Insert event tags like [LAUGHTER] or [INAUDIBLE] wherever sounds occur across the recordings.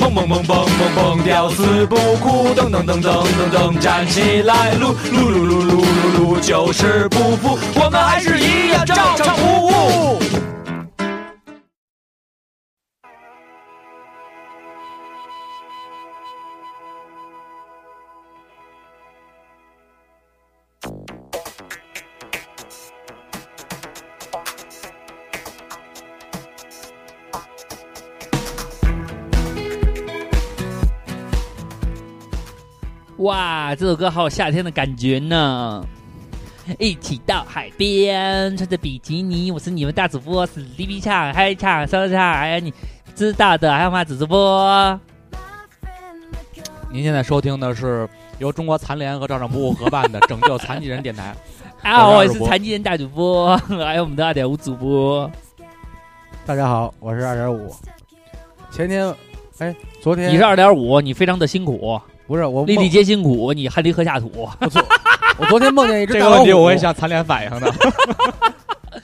蹦蹦蹦蹦蹦蹦，吊死不哭，噔噔噔噔噔噔，站起来，撸撸撸撸撸撸撸，就是不服，我们还是一样照常服务。哇，这首歌好有夏天的感觉呢！一起到海边，穿着比基尼，我是你们大主播史迪比唱嗨唱说唱，还有你知道的，还有吗？子主播，啊您现在收听的是由中国残联和照常服务合办的《拯救残疾人》电台。啊，我我是二是主播残疾人大主播， [LAUGHS] 还有我们的二点五主播，大家好，我是二点五。前天，哎，昨啊天你是二点五，你非常的辛苦，不是我梦粒粒皆辛苦，你汗滴禾下土。我昨我昨天梦见一只 [LAUGHS] 这大个老问虎，题我会向残联反 [LAUGHS] 映的。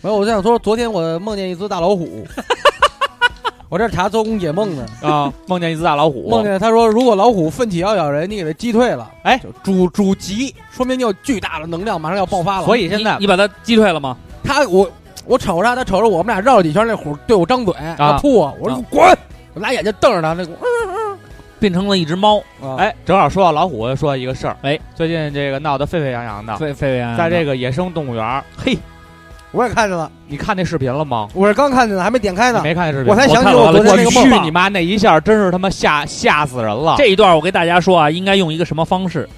没有，我想说，昨天我梦见一只大老虎。我这查周公解梦呢，啊，梦见一只大老虎，梦见他说，如果老虎奋起要咬人，你给它击退了，哎就主主急，说明你有巨大的能量，马上要爆发了。所以现在你你把它击退了吗？他我我瞅着他，他瞅着我，我们俩绕了几圈，那虎对我张嘴，要扑我，我说啊滚，我俩眼睛瞪着他，那个变成了一只猫，哎，哎，正好说到老虎，我就说一个事儿。哎，最近这个闹得沸沸扬扬的，沸沸扬扬啊在这个个野生动物园儿，嘿，我也看见了，你看那视频了吗？我是刚看见的，还没点开你呢，没看那视频？我才想起我看了昨天那我个去梦。你妈！那一下真是他妈吓吓死人了。这一段，我跟大家说啊，应该用一个什么方式？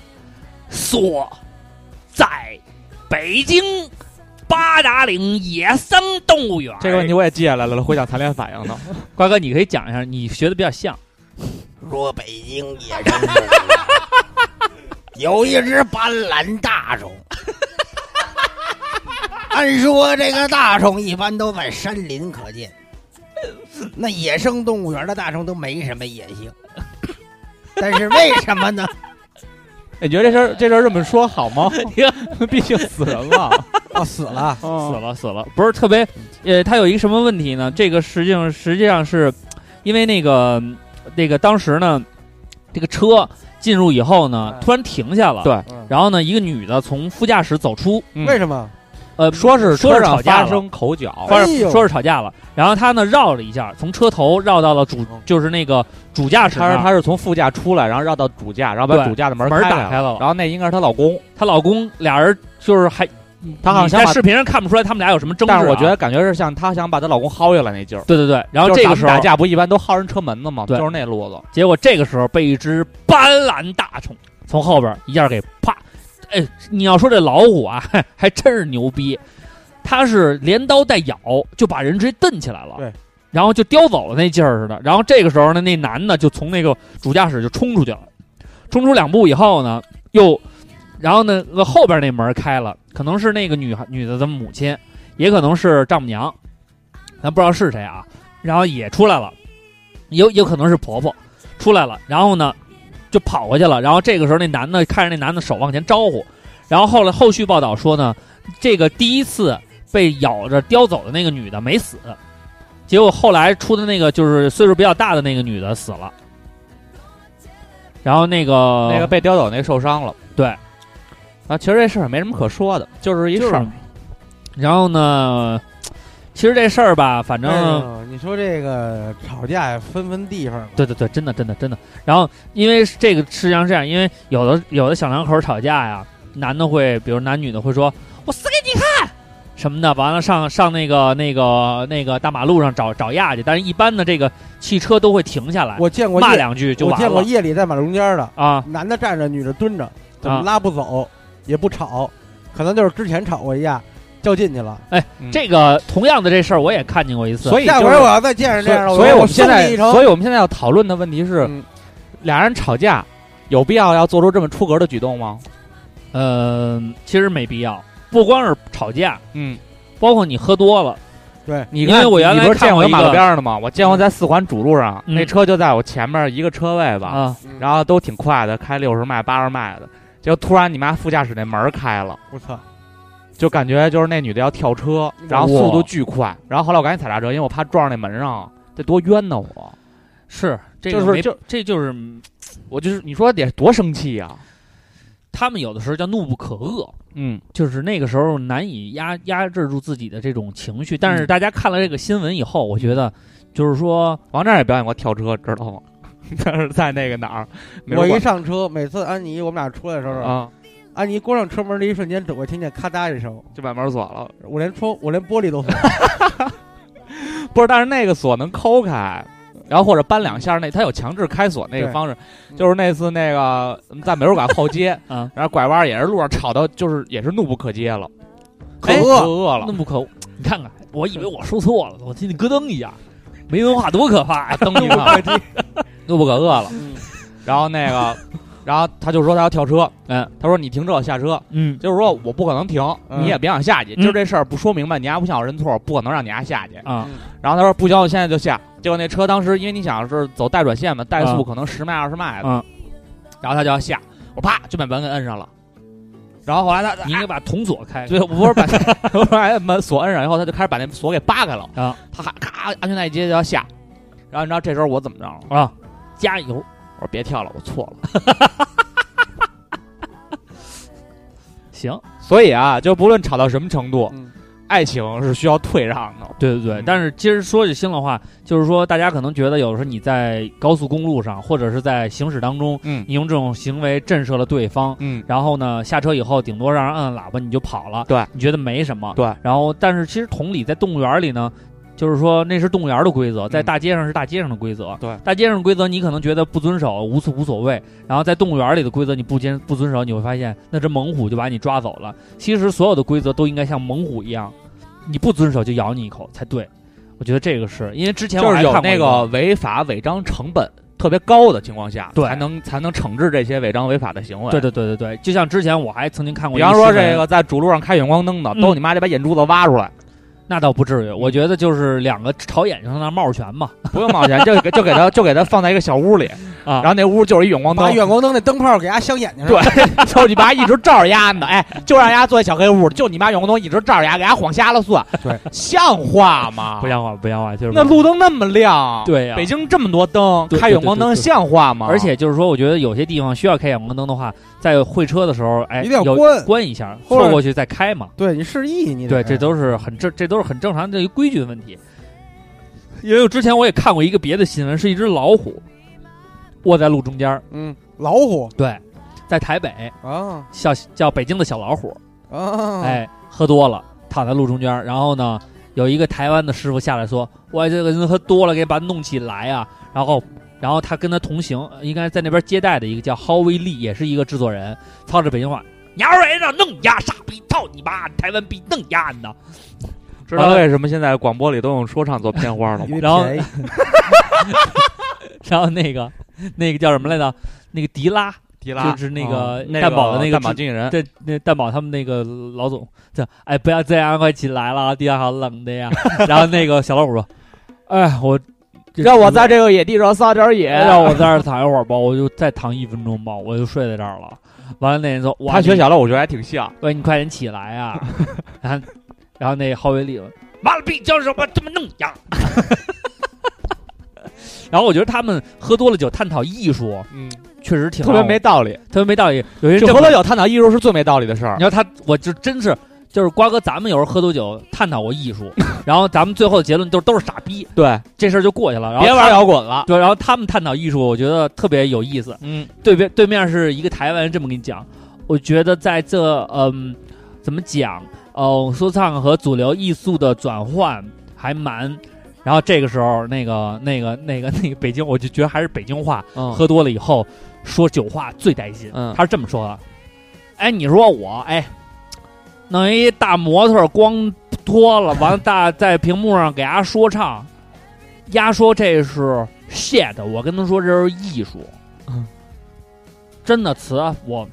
所在北京八达岭野生动物园。这个问题，我也记下来了，会向残联反映 [LAUGHS] 的。瓜哥，你可以讲一下，你学的比较像。说北京野生动物有一只斑斓大虫。按说这个大虫一般都在山林可见， [LAUGHS] 那野生动物园的大虫都没什么野性。 [LAUGHS] 但是为什么呢？哎你觉得这事儿这事儿这么说好 [LAUGHS] 吗？毕竟死人了，啊，死了！死了死了，不是特别，呃，它有一个什么问题呢？这个实际上实际上是因为那个那个当时呢，这个车进入以后呢，哎突然停下了。对然后呢，一个女的从副驾驶走出，嗯为什么？呃，说 [LAUGHS] 是说车是上吵架发了生口角，发哎生呦说是吵架了，然后他呢绕了一下，从车头绕到了主，就是那个主驾驶那他儿。说他嗯是从副驾出来，然后绕到主驾，然后把啊对主驾的门门开打开了然后那应该是她老公，她老公俩人就是还，她好像你想在把，视频上看不出来他们俩有什么争执、啊但是我觉得，感觉是像她想把她老公薅下来那劲儿。对对对。然后就是这咱个们时候打，架不一般都薅人车门子吗？对就是那路子，结果这个时候被一只斑斓大虫从后边一下给啪，哎，你要说这老虎啊， [LAUGHS] 嘿还真是牛逼，它是连刀带咬就把人直接蹬起来了。对。然后就叼走了那劲儿似的，然后这个时候呢，那男的就从那个主驾驶就冲出去了，冲出两步以后呢，又，然后呢，呃后边那门开了，可能是那个女孩女的的母亲，也可能是丈母娘，咱不知道是谁啊，然后也出来了，有有可能是婆婆出来了，然后呢就跑过去了，然后这个时候那男的看着那男的手往前招呼，然后后来后续报道说呢，这个第一次被咬着叼走的那个女的没死，结果后来出的那个就是岁数比较大的那个女的死了。然后那个那个被叼走那个受伤了。嗯对啊，其实这事儿没什么可说的，就是一就事是儿。，然后呢，其实这事儿吧，反正、哎呦你说这个吵架呀，分分地方吧。对对对，真的真的真的。然后因为是这个实际上是这样，因为有的有的小两口吵架呀，男的会，比如男女的会说“我死给你看”什么的，完了上上那个那个那个大马路上找找压去。但是一般的这个汽车都会停下来，我见过骂夜，两句就我完见过了夜里在马路中间的，啊。男的站着，女的蹲着，怎啊么拉不走，也不吵，可能就是之前吵过一架，较劲去了。嗯这个同样的这事儿我也看见过一次，所以下就回是我要再见着这样的，所以所以我们现送你在，一程所以我们现在要讨论的问题是嗯，俩人吵架有必要要做出这么出格的举动吗？呃，其实没必要，不光是吵架，嗯，包括你喝多了。对，你因为看我原你来不是看见过我一马个路边儿的吗？我见过在四环主路上，嗯那车就在我前面一个车位吧，啊，然后都挺快的，开六十迈、八十迈的，结果突然你妈副驾驶那门儿开了，我操，就感觉就是那女的要跳车，然后速度巨快，然后后来我赶紧踩刹车，因为我怕撞上那门上，这多冤呐我。是这就个是没就这就是我就是你说得多生气呀、他们有的时候叫怒不可遏，嗯，就是那个时候难以压压制住自己的这种情绪。但是嗯大家看了这个新闻以后，我觉得就是说，，王战也表演过跳车，知道吗？ [LAUGHS] 但是在那个哪儿，美术我一馆上车，每次安妮我们俩出来的时候，啊，安妮关上车门的一瞬间，只会听见咔嗒一声，就把门锁了。我连窗我连玻璃都碎了。不是，但是那个锁能抠开，然后或者扳两下儿那，它有强制开锁那个对方式。就是那次那个嗯在美术馆后街啊然后拐弯儿也是路上吵到，就是也是怒不可遏了，可哎恶可恶了怒，不可，你看看，我以为我说错了，我听你咯噔一下，没文化多可嗯怕呀！蹬啊一下， [LAUGHS] 怒不可遏了。然后那个，然后他就说他要跳车，嗯，他说你停这下车，嗯，就是说我不可能停，嗯你也别想下去，嗯就是这事儿不说明白，你还不想认错，不可能让你还下去。啊，然后他说不行，我现在就下。结果那车当时因为你想是走带转线嘛，怠速啊可能十迈二十迈的，啊然后他就要下，我啪就把门给摁上了。然后后来他啊你应该把铜锁开。对，我不是把 [LAUGHS] 我把门锁摁上，然后他就开始把那锁给扒开了啊，他还咔安全带一接就要下，然后你知道这时候我怎么着了吗？啊，加油！我说别跳了，我错 [LAUGHS] 了。行，所以啊，就不论吵到什么程度，嗯爱情是需要退让的。对对对，但是其实说句心里话，就是说大家可能觉得有时候你在高速公路上或者是在行驶当中，嗯你用这种行为震慑了对方，嗯，然后呢下车以后顶多让人按喇叭你就跑了，对，你觉得没什么，对。然后但是其实同理，在动物园里呢，就是说那是动物园的规则，在大街上是大街上的规则，嗯对大街上的规则你可能觉得不遵守无所无所谓，然后在动物园里的规则你不遵不遵守，你会发现那只猛虎就把你抓走了。其实所有的规则都应该像猛虎一样，你不遵守就咬你一口才对。我觉得这个是因为之前我就是还有看过那一个违法违章成本特别高的情况下，对才能才能惩治这些违章违法的行为。对对对对对，就像之前我还曾经看过一比个方新闻，说这个在主路上开远光灯的，嗯都你妈得把眼珠子 [LAUGHS] 挖出来，那倒不至于，我觉得就是两个朝眼睛上那冒拳嘛，不用冒险，就给就给他就给他放在一个小屋里，啊然后那屋就是一远光把灯，远光灯那灯泡给它镶 [LAUGHS] 眼睛上。对，就你妈一直照着丫呢，哎，就让丫坐在小黑屋，就你妈远光灯一直照着丫，给丫晃瞎了算，对，像话吗？不像话不像话，就是那路灯那么亮，、对呀、北京这么多灯，对开远光灯对对对对像话吗？而且就是说，我觉得有些地方需要开远光灯的话，在会车的时候，哎，一定要有关关一下，或者错过去再开嘛。对你示意，你对，这都是很正，这都是很正常的一个规矩的问题。因为我之前我也看过一个别的新闻，是一只老虎卧在路中间儿，嗯老虎对，在台北啊叫叫北京的小老虎，啊，哎，喝多了躺在路中间儿，然后呢，有一个台湾的师傅下来说：“我这个人喝多了，给把他弄起来啊。”然后，然后他跟他同行，呃应该在那边接待的一个叫 Howie Lee，也是一个制作人，操着北京话：“娘们儿让弄呀，傻逼操你妈，台湾逼弄呀你呢。”知知道道吗为什么现在广播里都用说唱做片花了吗？因为然后便宜然后那个 [LAUGHS] 那个叫什么来着？那个迪拉，迪拉就是那个那蛋堡的那个啊蛋堡制经纪人，这那蛋宝他们那个老总这哎不要这样，快起来了，地上好冷的呀。然后那个小老虎说：“哎，我让我在这个野地上撒点野。让我在这儿躺一会儿吧，我就再躺一分钟吧，我就睡在这儿了。”完了那人说：“哇他学，小了，我觉得还挺像。你喂你快点起来 [LAUGHS] 啊！”然后然后那郝伟丽妈了逼叫什么这么弄呀？ [LAUGHS] 然后我觉得他们喝多了酒探讨艺术，嗯，确实挺特别没道理。特别没道理。有些人就这喝么多酒探讨艺术是最没道理的事儿你。要他，我就真是就是瓜哥，咱们有时候喝多酒探讨过艺术，然后咱们最后的结论都都是傻逼，对，这事儿就过去了。然后别他玩摇滚了。对，然后他们探讨艺术，我觉得特别有意思。嗯，对面对面是一个台湾人这么跟你讲，我觉得在这嗯怎么讲哦、说唱和主流艺术的转换还蛮。然后这个时候，那个、那个、那个、那个北京，我就觉得还是北京话，喝多了以后说酒话最带劲。嗯他是这么说的：“哎，你说我哎，弄一大摩托光脱了，完了大在屏幕上给伢说唱，丫说这是 shit，我跟他说这是艺术。嗯真的词啊我。”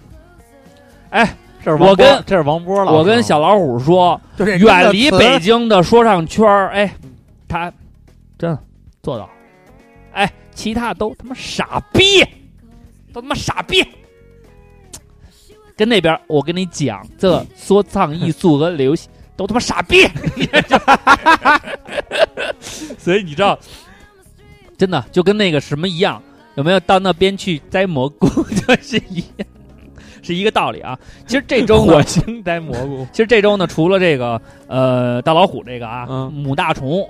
哎，这是我王波跟这是王波了。嗯我跟小老虎说，就这远离北京的说唱圈儿，哎，他真的做到，哎，其他都他妈傻逼，都他妈傻逼。跟那边儿，我跟你讲，这说唱艺术和流行都他妈 [LAUGHS] 傻逼。所以你知道，真的就跟那个什么一样，有没有到那边去摘蘑菇， [LAUGHS] 就是一样是一个道理啊。其实这周呢火，星摘蘑菇，其实这周呢，除了这个呃大老虎这个啊，嗯母大虫，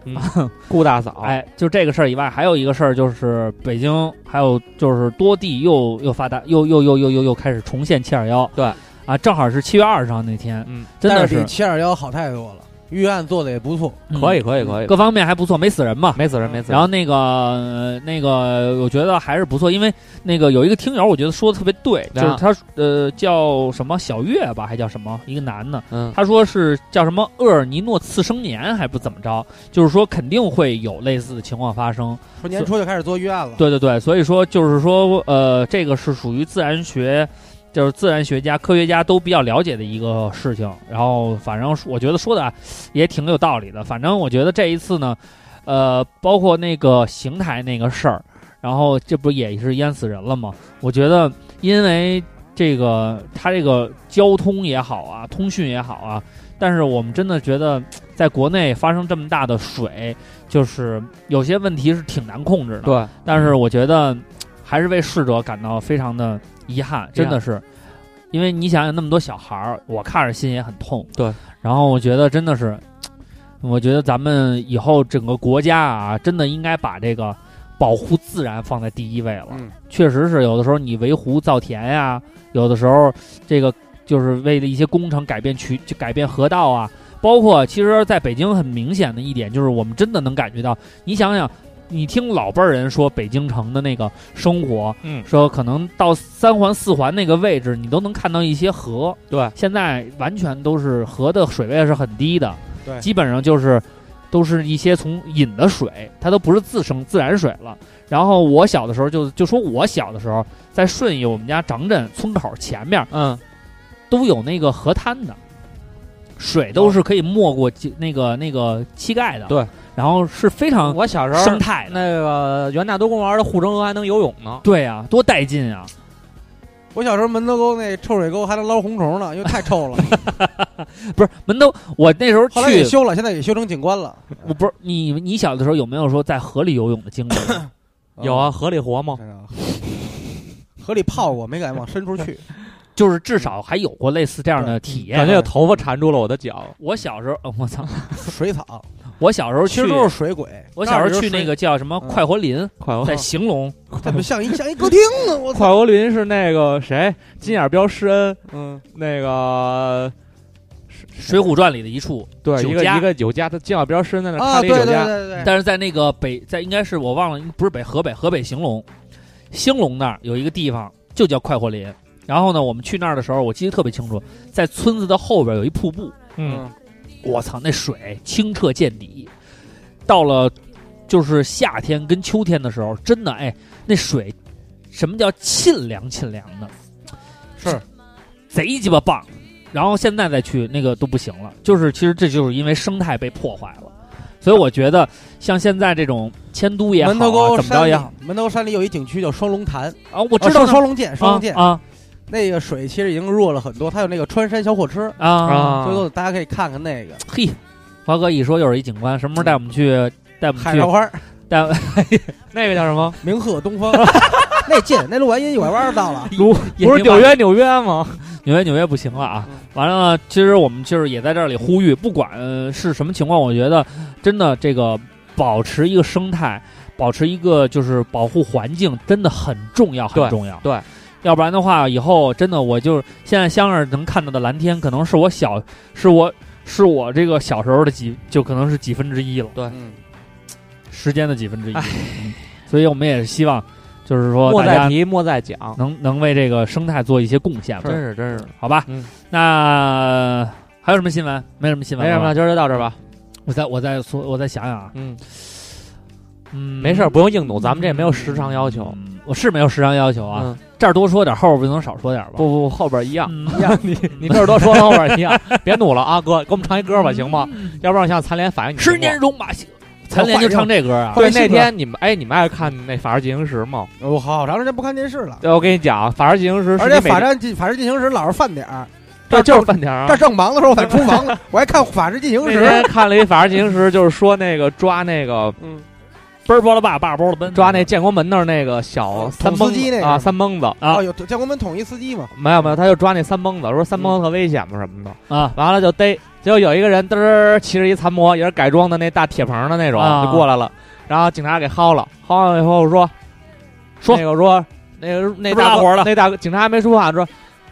顾大嫂，哎，就这个事儿以外，还有一个事儿就是北京，还有就是多地又又发达，又又又又又又开始重现七二幺。对，啊，正好是七月二十号那天，嗯，真的但是是比七二幺好太多了，预案做的也不错。可以，以可以可以，各方面还不错，没死人嘛。没死人没死人。然后那个、呃那个，我觉得还是不错，因为那个有一个听友，我觉得说的特别对，就然是后他呃叫什么小月吧，还叫什么一个男的，嗯他说是叫什么厄尔尼诺次生年，还不怎么着，就是说肯定会有类似的情况发生。说年初就开始做预案了，对对对，所以说就是说，呃，这个是属于自然学，就是自然学家、科学家都比较了解的一个事情。然后，反正我觉得说的啊也挺有道理的。反正我觉得这一次呢，呃，包括那个邢台那个事儿，然后这不也是淹死人了吗？我觉得因为这个它这个交通也好啊，通讯也好啊，但是我们真的觉得在国内发生这么大的水，就是有些问题是挺难控制的。对，但是我觉得嗯还是为逝者感到非常的遗憾，真的是，因为你想想那么多小孩儿，我看着心也很痛。对，然后我觉得真的是，嗯我觉得咱们以后整个国家啊，真的应该把这个保护自然放在第一位了。嗯确实是有的时候你围湖造田呀、有的时候这个就是为了一些工程改变渠、就改变河道啊。包括其实在北京很明显的一点就是，我们真的能感觉到，你想想，你听老辈儿人说北京城的那个生活，嗯说可能到三环四环那个位置，你都能看到一些河。对，现在完全都是河的水位是很低的，对基本上就是都是一些从引的水，它都不是自生自然水了。然后我小的时候就就说我小的时候在顺义我们家长镇村口前面嗯，都有那个河滩的，水都是可以没过膝那个那个膝盖的，对，然后是非常我小时生候态的。那个元大都公园的护城河还能游泳呢，对啊，多带劲啊！我小时候门头沟那臭水沟还能捞红虫呢，因为太 [LAUGHS] 臭了。不是门头，我那时候后来也去，修了，现在也修成景观了。嗯我不是你，你小的时候有没有说在河里游泳的经历？有啊，，河里活吗？真的啊。河里泡过，没敢往深处 [LAUGHS] 去。就是至少还有过类似这样的体感觉验。啊有头发缠住了我的脚，我小时候， [LAUGHS] 呃我操！水草我小时候其去实，都是水鬼。我小时候去那个叫什么嗯快活林，快活在兴隆，怎 [LAUGHS] 么像一像一歌厅啊？我操！ [LAUGHS] 快活林是那个谁金眼彪施恩嗯，那个《水浒传》里的一处。对酒一个家一个酒家，他金眼彪施恩在那啊，对开了一对酒对家，对对，但是在那个北，在应该是我忘了，不是北河北，河北兴隆，兴隆那儿有一个地方就叫快活林。然后呢，我们去那儿的时候，我记得特别清楚，在村子的后边有一瀑布，嗯，我操，那水清澈见底。到了就是夏天跟秋天的时候，真的哎，那水什么叫沁凉沁凉的，是贼鸡巴棒。然后现在再去那个都不行了，就是其实这就是因为生态被破坏了，所以我觉得像现在这种迁都也好、门头啊，沟怎么着山里也好，门头沟山里有一景区叫双龙潭，啊，我我知道那双龙涧，双龙涧啊那个水其实已经弱了很多，它有那个穿山小火车，啊嗯啊！所以说大家可以看看那个嘿，华哥一说又是一景观，什么时候带我们去？带我们海上去？花儿，带我 [LAUGHS] 们那个叫什么？ [LAUGHS] 明鹤东方。 [LAUGHS] 那近，那录完音一拐弯儿到了。卢也不是挺晚纽约纽约吗？纽约，纽约不行了嗯啊！完了，其实我们就是也在这里呼吁，不管呃是什么情况，我觉得真的这个保持一个生态，保持一个就是保护环境，真的很重要，很对重要。对要不然的话，以后真的我就现在香儿能看到的蓝天，可能是我小，是我是我这个小时候的几，就可能是几分之一了，嗯，时间的几分之一。嗯所以我们也是希望，就是说莫大再家提，莫再讲，能能为这个生态做一些贡献吧嗯真。是真是，好吧，嗯那还有什么新闻？没什么新闻没了什吧，么，今儿就到这儿吧。我再我再说，我再想想啊，嗯，嗯，没事儿，不用硬堵，咱们这也没有时长要求嗯我是没有时长要求啊，嗯，这儿多说点，后边不能少说点吧？不不，后边一样。嗯，你你这儿多说了，后边一样，别努了啊，哥，给我们唱一歌吧，行吗？要不然我向残联反映你的十情况。年戎马行，残联就唱这歌啊坏。对，性那格天你们哎，你们爱看那《法制进行时》吗？我好长时间不看电视了，对，我跟你讲，《法制进行时》是而且你每法天战进法制进行时老是犯点儿，对就是饭点儿这啊。正忙的时候我在厨房， [LAUGHS] 我还看法制进行那时。天看了一《法制进行时》，就是说那个抓那个嗯嘣儿波了爸，爸波了奔，抓那建国门那儿那个小三捅蹦司机那子个啊，三蹦子啊哦，有建国门统一司机嘛？没有没有，他就抓那三蹦子，说三蹦子特危险嘛什么的，啊完了就逮，结果有一个人嘚儿骑着一残模，也是改装的那大铁棚的那种，啊就过来了，然后警察给薅了，薅完以后说说那个说那个那是不是大拉哥活的那大哥警察还没说话说。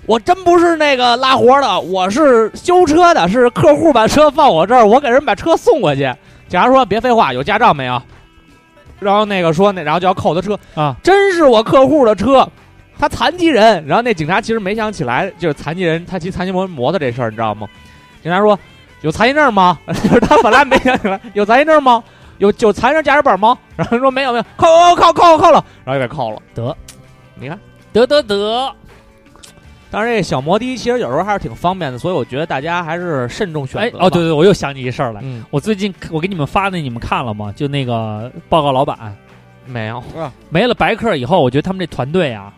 我真不是那个拉活的，我是修车的，是客户把车放我这儿，我给人把车送过去。警察说别废话，有驾照没有？然后那个说那，然后就要扣他车啊，真是我客户的车，他残疾人。然后那警察其实没想起来，就是残疾人他骑残疾摩摩托这事儿，你知道吗？警察说有残疾证吗？ [LAUGHS] 就是他本来没想起来有残疾证吗？有有残疾人驾驶本吗？然后说没有没有，扣扣扣扣扣了，然后就给扣了。得，你看，得得得，当然这小摩的其实有时候还是挺方便的，所以我觉得大家还是慎重选哎择吧。哦对对，我又想起一事儿来，嗯，我最近我给你们发那你们看了吗？就那个报告老板没有没了白客以后，我觉得他们这团队啊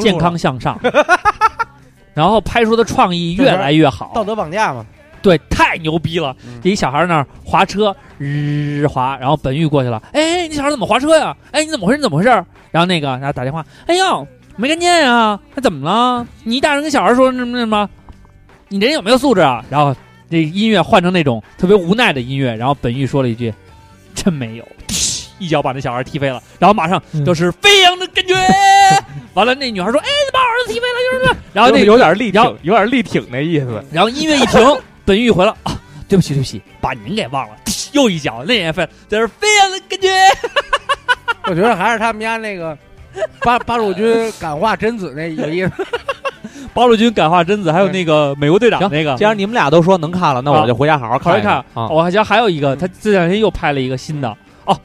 健康向上， [LAUGHS] 然后拍出的创意越来越好，道德绑架嘛？对，太牛逼了！嗯这一小孩那儿滑车，日、滑，然后本玉过去了，哎，你小孩怎么滑车呀？哎，你怎么回事？你怎么回事？然后那个，然后打电话，哎呦，没看见呀？他怎么了？你一大人跟小孩说什么什么？你人有没有素质啊？然后这音乐换成那种特别无奈的音乐，然后本玉说了一句：“真没有。” [LAUGHS] 一脚把那小孩踢飞了，然后马上就是飞扬的感觉。完了，那女孩说：“哎，你把我儿子踢飞了，就是 [LAUGHS] 然后那有点力挺然后，有点力挺那意思。然后音乐一停， [LAUGHS] 本玉回了啊，对不起对不起，把您给忘了， [LAUGHS] 又一脚那也飞，在这飞扬的感觉。我觉得还是他们家那 [LAUGHS] 个八八路军感化贞子那有意 [LAUGHS] 思。八路军感化贞子，还有那个美国队长那个嗯既，然你们俩都说能看了，那我就啊回家好好好看一看。哦啊我好嗯像还有一个，他这两天又拍了一个新的哦。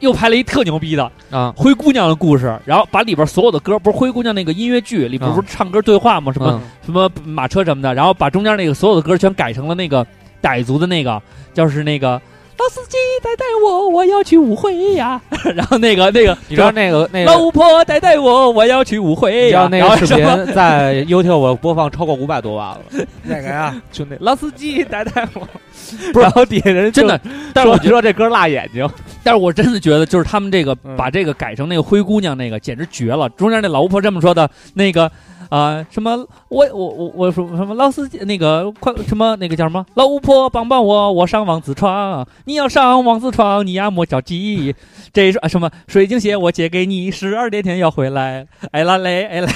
又拍了一特牛逼的啊《灰姑娘的故事》，然后把里边所有的歌，不是《灰姑娘》那个音乐剧里边嗯不是唱歌对话吗？什么嗯什么马车什么的，然后把中间那个所有的歌全改成了那个傣族的那个，就是那个老司机带带我，我要去舞会呀。 [LAUGHS] 然后那个那个，你知道那个那个老婆带带我，我要去舞会你知呀道。那然个后视什 [LAUGHS] 么频在 YouTube 我播放超过五百多万了，哪个呀？就那老司机带带 [LAUGHS] 我，然后底下人就真的，但是说我觉得，说这歌辣眼睛，但是我真的觉得，就是他们这个嗯把这个改成那个灰姑娘那个，简直绝了。中间那老巫婆这么说的，那个啊、呃什么我我我我说什么老司机那个快什么那个叫什么老巫婆帮帮我，我上王子床，你要上王子床，你呀莫着急。这一说、啊、什么水晶鞋我借给你，十二点前要回来。 [LAUGHS] 哎啦嘞哎啦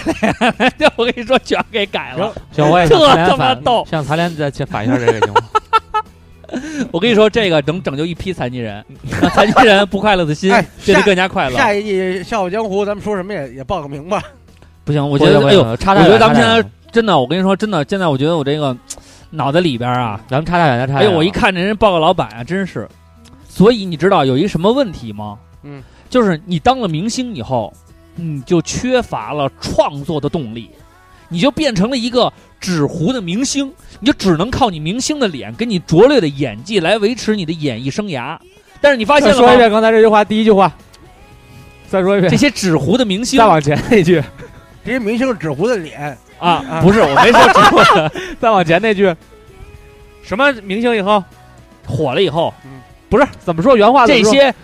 嘞， [LAUGHS] 这我跟你说全给改了。 [LAUGHS] 行，我也这想残他联妈反逗向残联再去反一下这个行吗？我跟你说，这个能拯救一批残疾人，让残疾人不快乐的心哎变得更加快乐。下一季《笑傲江湖》，咱们说什么也也报个名吧。不行，我觉得，哎呦，呦，差我觉得咱们现在真的，我跟你说，真的，现在我觉得我这个脑袋里边啊，咱们差太远嗯了，差太哎远呦，了我一看这人报告老板啊，真是。所以你知道有一个什么问题吗？嗯，就是你当了明星以后，你就缺乏了创作的动力，你就变成了一个纸糊的明星，你就只能靠你明星的脸跟你拙劣的演技来维持你的演艺生涯。但是你发现再啊了吗说一遍刚才这句话，第一句话，再说一遍这，些纸糊的明星再往前那句，这些明星是纸糊的脸，啊，不是，我没说直播的，再往前那句，什么明星以后火了以后，不是怎么说原话？怎这么说些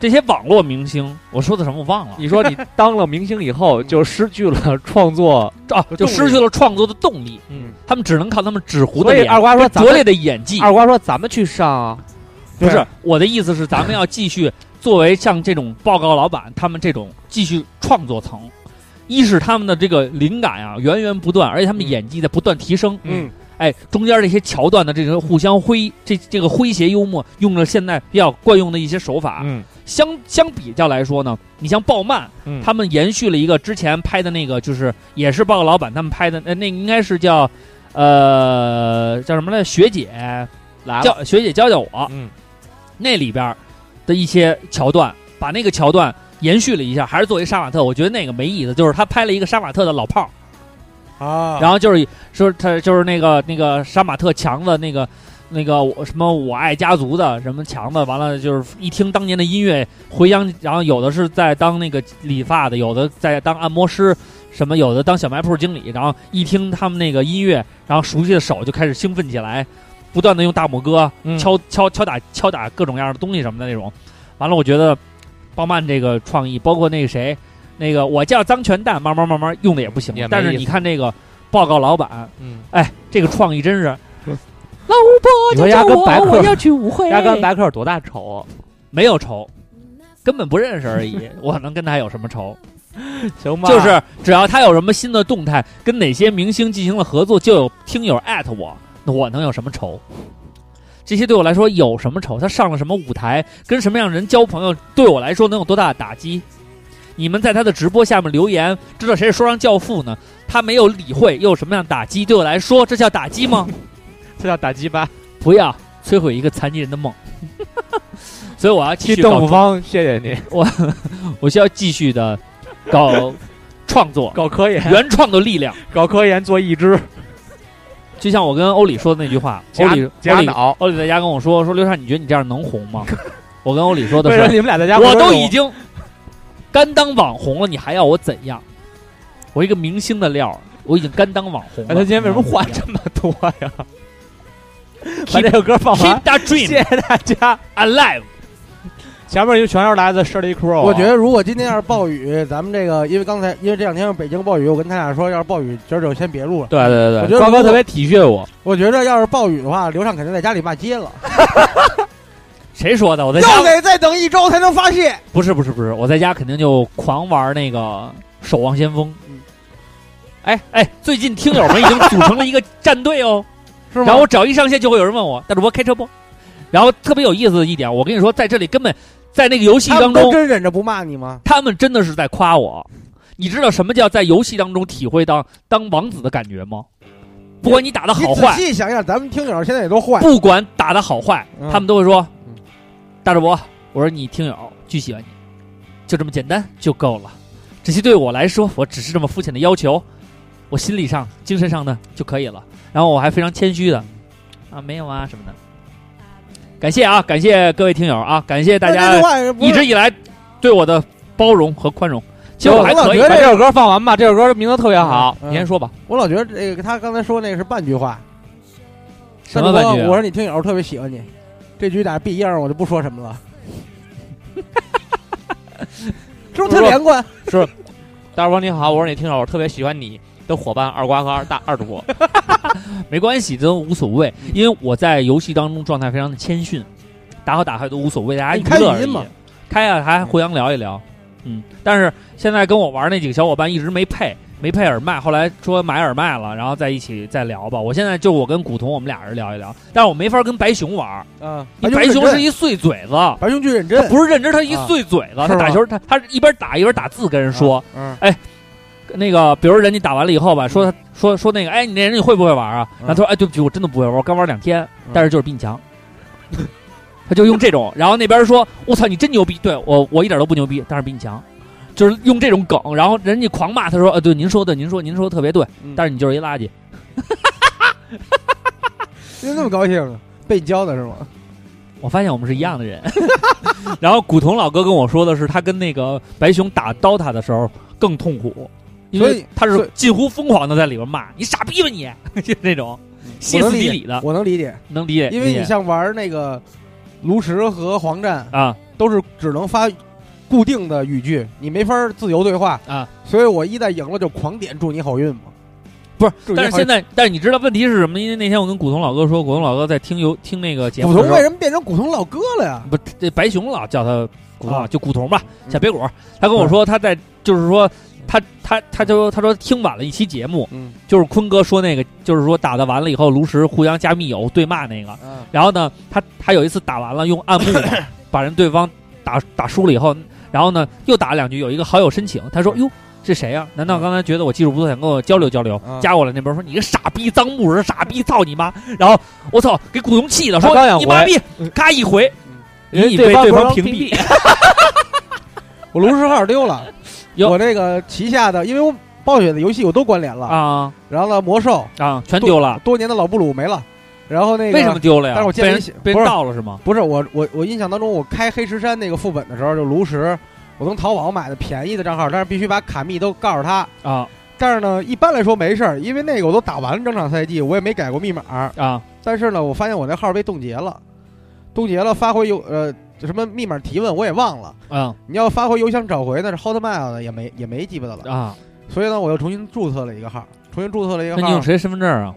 这些网络明星，我说的什么我忘了你说你当了明星以后就失去了创作，啊，就失去了创作的动力。嗯，他们只能靠他们纸糊的所以脸、二瓜说咱拙们劣的演技。二瓜说咱们去上啊，不是我的意思是，咱们要继续作为像这种报告老板他们这种继续创作层。一是他们的这个灵感啊源源不断，而且他们嗯的演技在不断提升。嗯，哎，中间这些桥段的这种互相诙这这个诙谐幽默，用了现在比较惯用的一些手法。嗯相相比较来说呢，你像鲍曼，嗯他们延续了一个之前拍的那个，就是也是报告老板他们拍的，呃，那个应该是叫，呃，叫什么来着？学姐来了，教学姐教教我，嗯，那里边的一些桥段，把那个桥段延续了一下，还是作为杀马特，我觉得那个没意思，就是他拍了一个杀马特的老炮儿。啊，然后就是说他就是那个那个杀马特强子那个那个我什么我爱家族的什么强子，完了就是一听当年的音乐回乡，然后有的是在当那个理发的，有的在当按摩师，什么有的当小卖铺经理，然后一听他们那个音乐，然后熟悉的手就开始兴奋起来，不断的用大拇哥嗯敲敲敲打敲打各种样的东西什么的那种。完了，我觉得鲍曼这个创意，包括那个谁，那个我叫张全蛋，慢慢慢慢用的也不行也没。但是意思你看这个报告老板，嗯，哎，这个创意真是你说压根白客，要去舞会压根白客多大 [LAUGHS] 仇啊？没有仇，根本不认识而已。我能跟他有什么仇？行吧，就是只要他有什么新的动态，跟哪些明星进行了合作，就有听友艾特我，那我能有什么仇？这些对我来说有什么仇？他上了什么舞台，跟什么样人交朋友，对我来说能有多大的打击？你们在他的直播下面留言，知道谁是说唱教父呢？他没有理会，又有什么样的打击？对我来说，这叫打击吗？这叫打击吧？不要摧毁一个残疾人的梦。所以我要继替续邓搞富芳，谢谢你，我需要继续的搞创作、 [LAUGHS] 搞科研，原创的力量。搞科研做义肢，就像我跟欧里说的那句话，欧假里假欧里脑。欧里在家跟我说说刘畅，你觉得你这样能红 [LAUGHS] 吗？我跟欧里说的为什么是，你们俩在家不我是都我已经甘当网红了，你还要我怎样？我一个明星的料儿，我已经甘当网红哎，了。他今天为什么话这么多 [LAUGHS] 呀？把这首歌放完 Keep，that 谢 dream 谢大家。 alive。前面就全是来自 Shirley Crow，啊我觉得如果今天要是暴雨，咱们这个因为刚才因为这两天北京暴雨，我跟他俩说，要是暴雨，今儿就先别录了。对对对，我觉得瓜如果哥特别体恤我，我觉得要是暴雨的话，刘畅肯定在家里骂 [LAUGHS] 街了，谁说的？我在家又得再等一周才能发泄。不是不是不是，我在家肯定就狂玩那个《守望先锋》。嗯哎哎，最近听友们已经组成了一个战队哦，是吗然后我只要一上线，就会有人问我大主播开车不？然后特别有意思的一点，我跟你说，在这里根本在那个游戏他当们都中，真忍着不骂你吗？他们真的是在夸我。你知道什么叫在游戏当中体会到当王子的感觉吗？不管你打的你好仔坏，细想想，咱们听友现在也都坏，不管打的好坏，嗯他们都会说嗯：“大主播，我说你听友巨喜欢你，就这么简单就够了。这些对我来说，我只是这么肤浅的要求，我心理上、精神上的就可以了。然后我还非常谦虚的啊，没有啊什么的。感谢啊，感谢各位听友啊，感谢大那这家句话不是一直以来对我的包容和宽容。其实我还我老可以觉，把这首歌放完吧，这首歌名字特别好，嗯你先说吧。我老觉得这个他刚才说那个是半句话，什么啊感大主播我觉？说你听友特别喜欢你，这局打必一样，我就不说什么 [LAUGHS] 了。是不是特连贯？大主播你好，我是你听友，我特别喜欢你的伙伴二瓜和二大二主播。 [LAUGHS] 没关系，都无所谓，嗯因为我在游戏当中状态非常的谦逊，打好打坏都无所谓，大家你娱乐哎开语而音已嘛。开啊，还互相聊一聊。嗯，但是现在跟我玩那几个小伙伴一直没配，没配耳麦，后来说买耳麦了，然后在一起再聊吧。我现在就我跟古潼，我们俩人聊一聊，但是我没法跟白熊玩，啊，因为白熊是一碎嘴子，白熊巨认他真，不是认真，他一碎嘴子，啊他打球他他一边打一边打字跟人说，哎嗯，那个，比如人家打完了以后吧，说他说说那个，哎，你那人你会不会玩啊？然后嗯他说，哎，对不起，我真的不会玩，我刚玩两天，但是就是比你强。 [LAUGHS] 他就用这种，然后那边说，我操，你真牛逼，对我我一点都不牛逼，但是比你强，就是用这种梗，然后人家狂骂他说，呃，对，您说的，您说您说的特别对，嗯但是你就是一垃圾。你怎么那么高兴呢？被教的是吗？我发现我们是一样的人。 [LAUGHS] 然后古潼老哥跟我说的是，他跟那个白熊打 DOTA 的时候更痛苦，因所为以他所是以近乎疯狂的在里边骂你傻逼吧你， [LAUGHS] 就那种歇斯底里的，我能理解，能啊理解，因为理你解像玩那个炉石和黄战，啊，都是只能发固定的语句，你没法自由对话啊。所以我一旦赢了就狂点祝你好运嘛。不是祝你好但运，是现在，但是你知道问题是什么？因为那天我跟古潼老哥说，古潼老哥在听游听那个节古目潼的时候为什么变成古潼老哥了呀？不，这白熊老叫他古潼老，啊就古潼吧，嗯小别果。他跟我说他在，就是说他他他就他说听晚了一期节目，嗯就是坤哥说那个，就是说打的完了以后，炉石互相加密友对骂那个。啊，然后呢，他他有一次打完了用暗幕把人对方打打输了以后，然后呢又打了两局，有一个好友申请，他说哟。这谁呀、啊难道刚才觉得我技术不错，想跟我交流交流？嗯加我了那边说你个傻逼脏木人，傻逼操你妈！然后我操，给古潼气的说他刚想你妈回逼，咔一回，人你家被对方对不方让屏屏蔽。我炉石号丢了，哟我那个旗下的，因为我暴雪的游戏我都关联了，啊然后呢，魔兽啊，全丢了。多年的老布鲁没了，然后那个为什么丢了呀？但是我见被了一人些被不人是盗了是吗？不是我我我印象当中，我开黑石山那个副本的时候，就炉石，我从淘宝买的便宜的账号，但是必须把卡密都告诉他。啊但是呢，一般来说没事儿，因为那个我都打完了整场赛季，我也没改过密码。啊但是呢，我发现我那号被冻结了，冻结了发回游呃什么密码提问，我也忘了。嗯你要发回邮箱找回，那是 Hotmail 的，也没也没鸡巴的了。啊，所以呢，我又重新注册了一个号，重新注册了一个那你用号，谁身份证啊？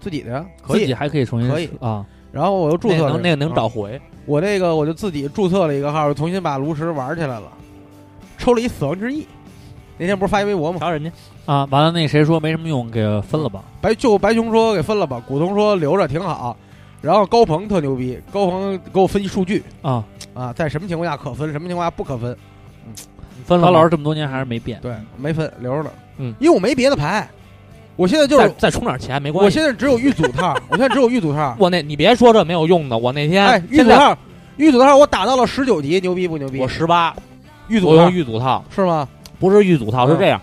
自己的呀，可自己以。还可以重新可以啊，然后我又注那册个了能那个嗯能啊找回，我这个我就自己注册了一个号，重新把炉石玩起来了，抽了一死亡之翼。那天不是发一微博吗？瞧人家啊，完了，那谁说没什么用，给分了吧。白就白熊说给分了吧，古潼说留着挺好，然后高鹏特牛逼，高鹏给我分析数据啊，啊，在什么情况下可分，什么情况下不可分，嗯分了老吗老师这么多年还是没变。对，没分留着呢，嗯，因为我没别的牌，我现在就再是再充点钱没我关系。现在只有玉组套，我现在只有玉组套， [LAUGHS] 我那，你别说这没有用的。我那天哎，玉现组在套，玉组套我打到了十九级，牛逼不牛逼？我十八，玉我组套用预组套，是吗？不是预组套，嗯是这样。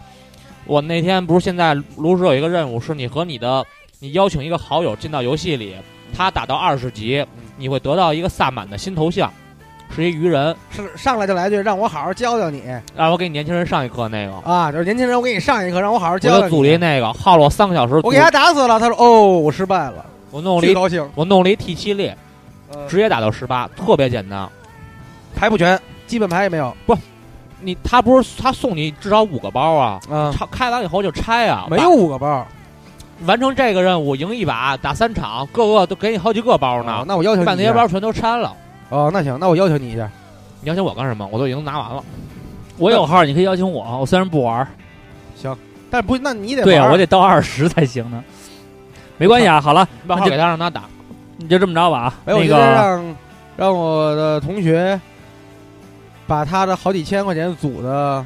我那天不是现在炉石有一个任务，是你和你的，你邀请一个好友进到游戏里，他打到二十级，嗯你会得到一个萨满的新头像，是一鱼人。是上来就来一句让我好好教教你让我给年轻人上一课那个，啊，就是年轻人，我给你上一课，让我好好教我教就你。组了一那个，耗了我三个小时。我给他打死了，他说哦，我失败了，我弄了巨一高兴。我弄了一 T 七列，呃直接打到十八，特别简单。牌不全，基本牌也没有你他不是他送你至少五个包啊？啊，拆开完以后就拆啊，没有五个包把完成这个任务赢一把，打三场，各个都给你好几个包啊呢，，那我要求把你那一些下包全都删了。哦，那行，那我要求你一下，你邀请我干什么？我都已经拿完了。我有号，你可以邀请我，我虽然不玩儿，但不，那你得对啊，玩我得到二十才行呢。没关系啊，好了，然后给他让他打，你就这么着吧啊。哎，我那今天个让让我的同学把他的好几千块钱组的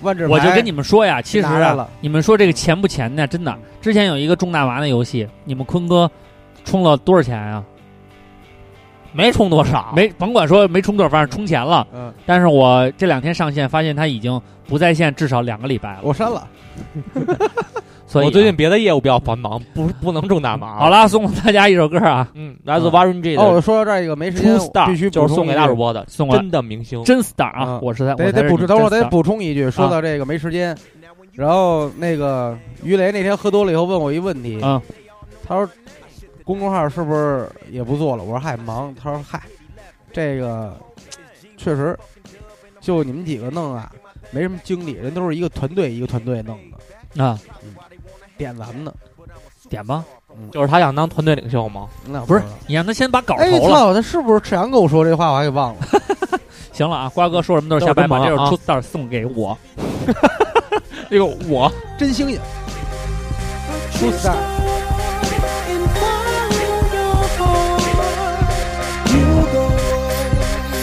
万智牌，我就跟你们说呀，其实拿来啊了，你们说这个钱不钱呢？真的，之前有一个种大麻的游戏，你们坤哥充了多少钱呀？没充多少，没，甭管说没充多少，反正充钱了。嗯，但是我这两天上线，发现他已经不在线至少两个礼拜了，我删了，所以啊我最近别的业务比较繁忙，不不能种大麻。好了，了，送大家一首歌 [LAUGHS] 啊，嗯，来自 Warren G 的哦， 《我说到这儿一个没时 True 间，我 Star 必》，须就是补充送给一大主句，播的，送完真的明星。真 star 啊，嗯我是在，得我才得是补充，等会儿我得真啊 star 补充一句，说到这个没时间，然后那个于雷那天喝多了以后问我一问题，嗯他说公众号是不是也不做了？我说嗨，忙。他说嗨，这个确实就你们几个弄啊，没什么精力，人都是一个团队一个团队弄的，啊，点咱们的点吧，就是他想当团队领袖吗？那不是知道你让他先把稿嗯哎投了。操，他是不是赤阳跟我说这话？我还给忘了。行了啊，瓜哥说什么都是瞎掰，把这首 True Star 送给 [LAUGHS] 我。这个我真星 [LAUGHS] 星，出子弹。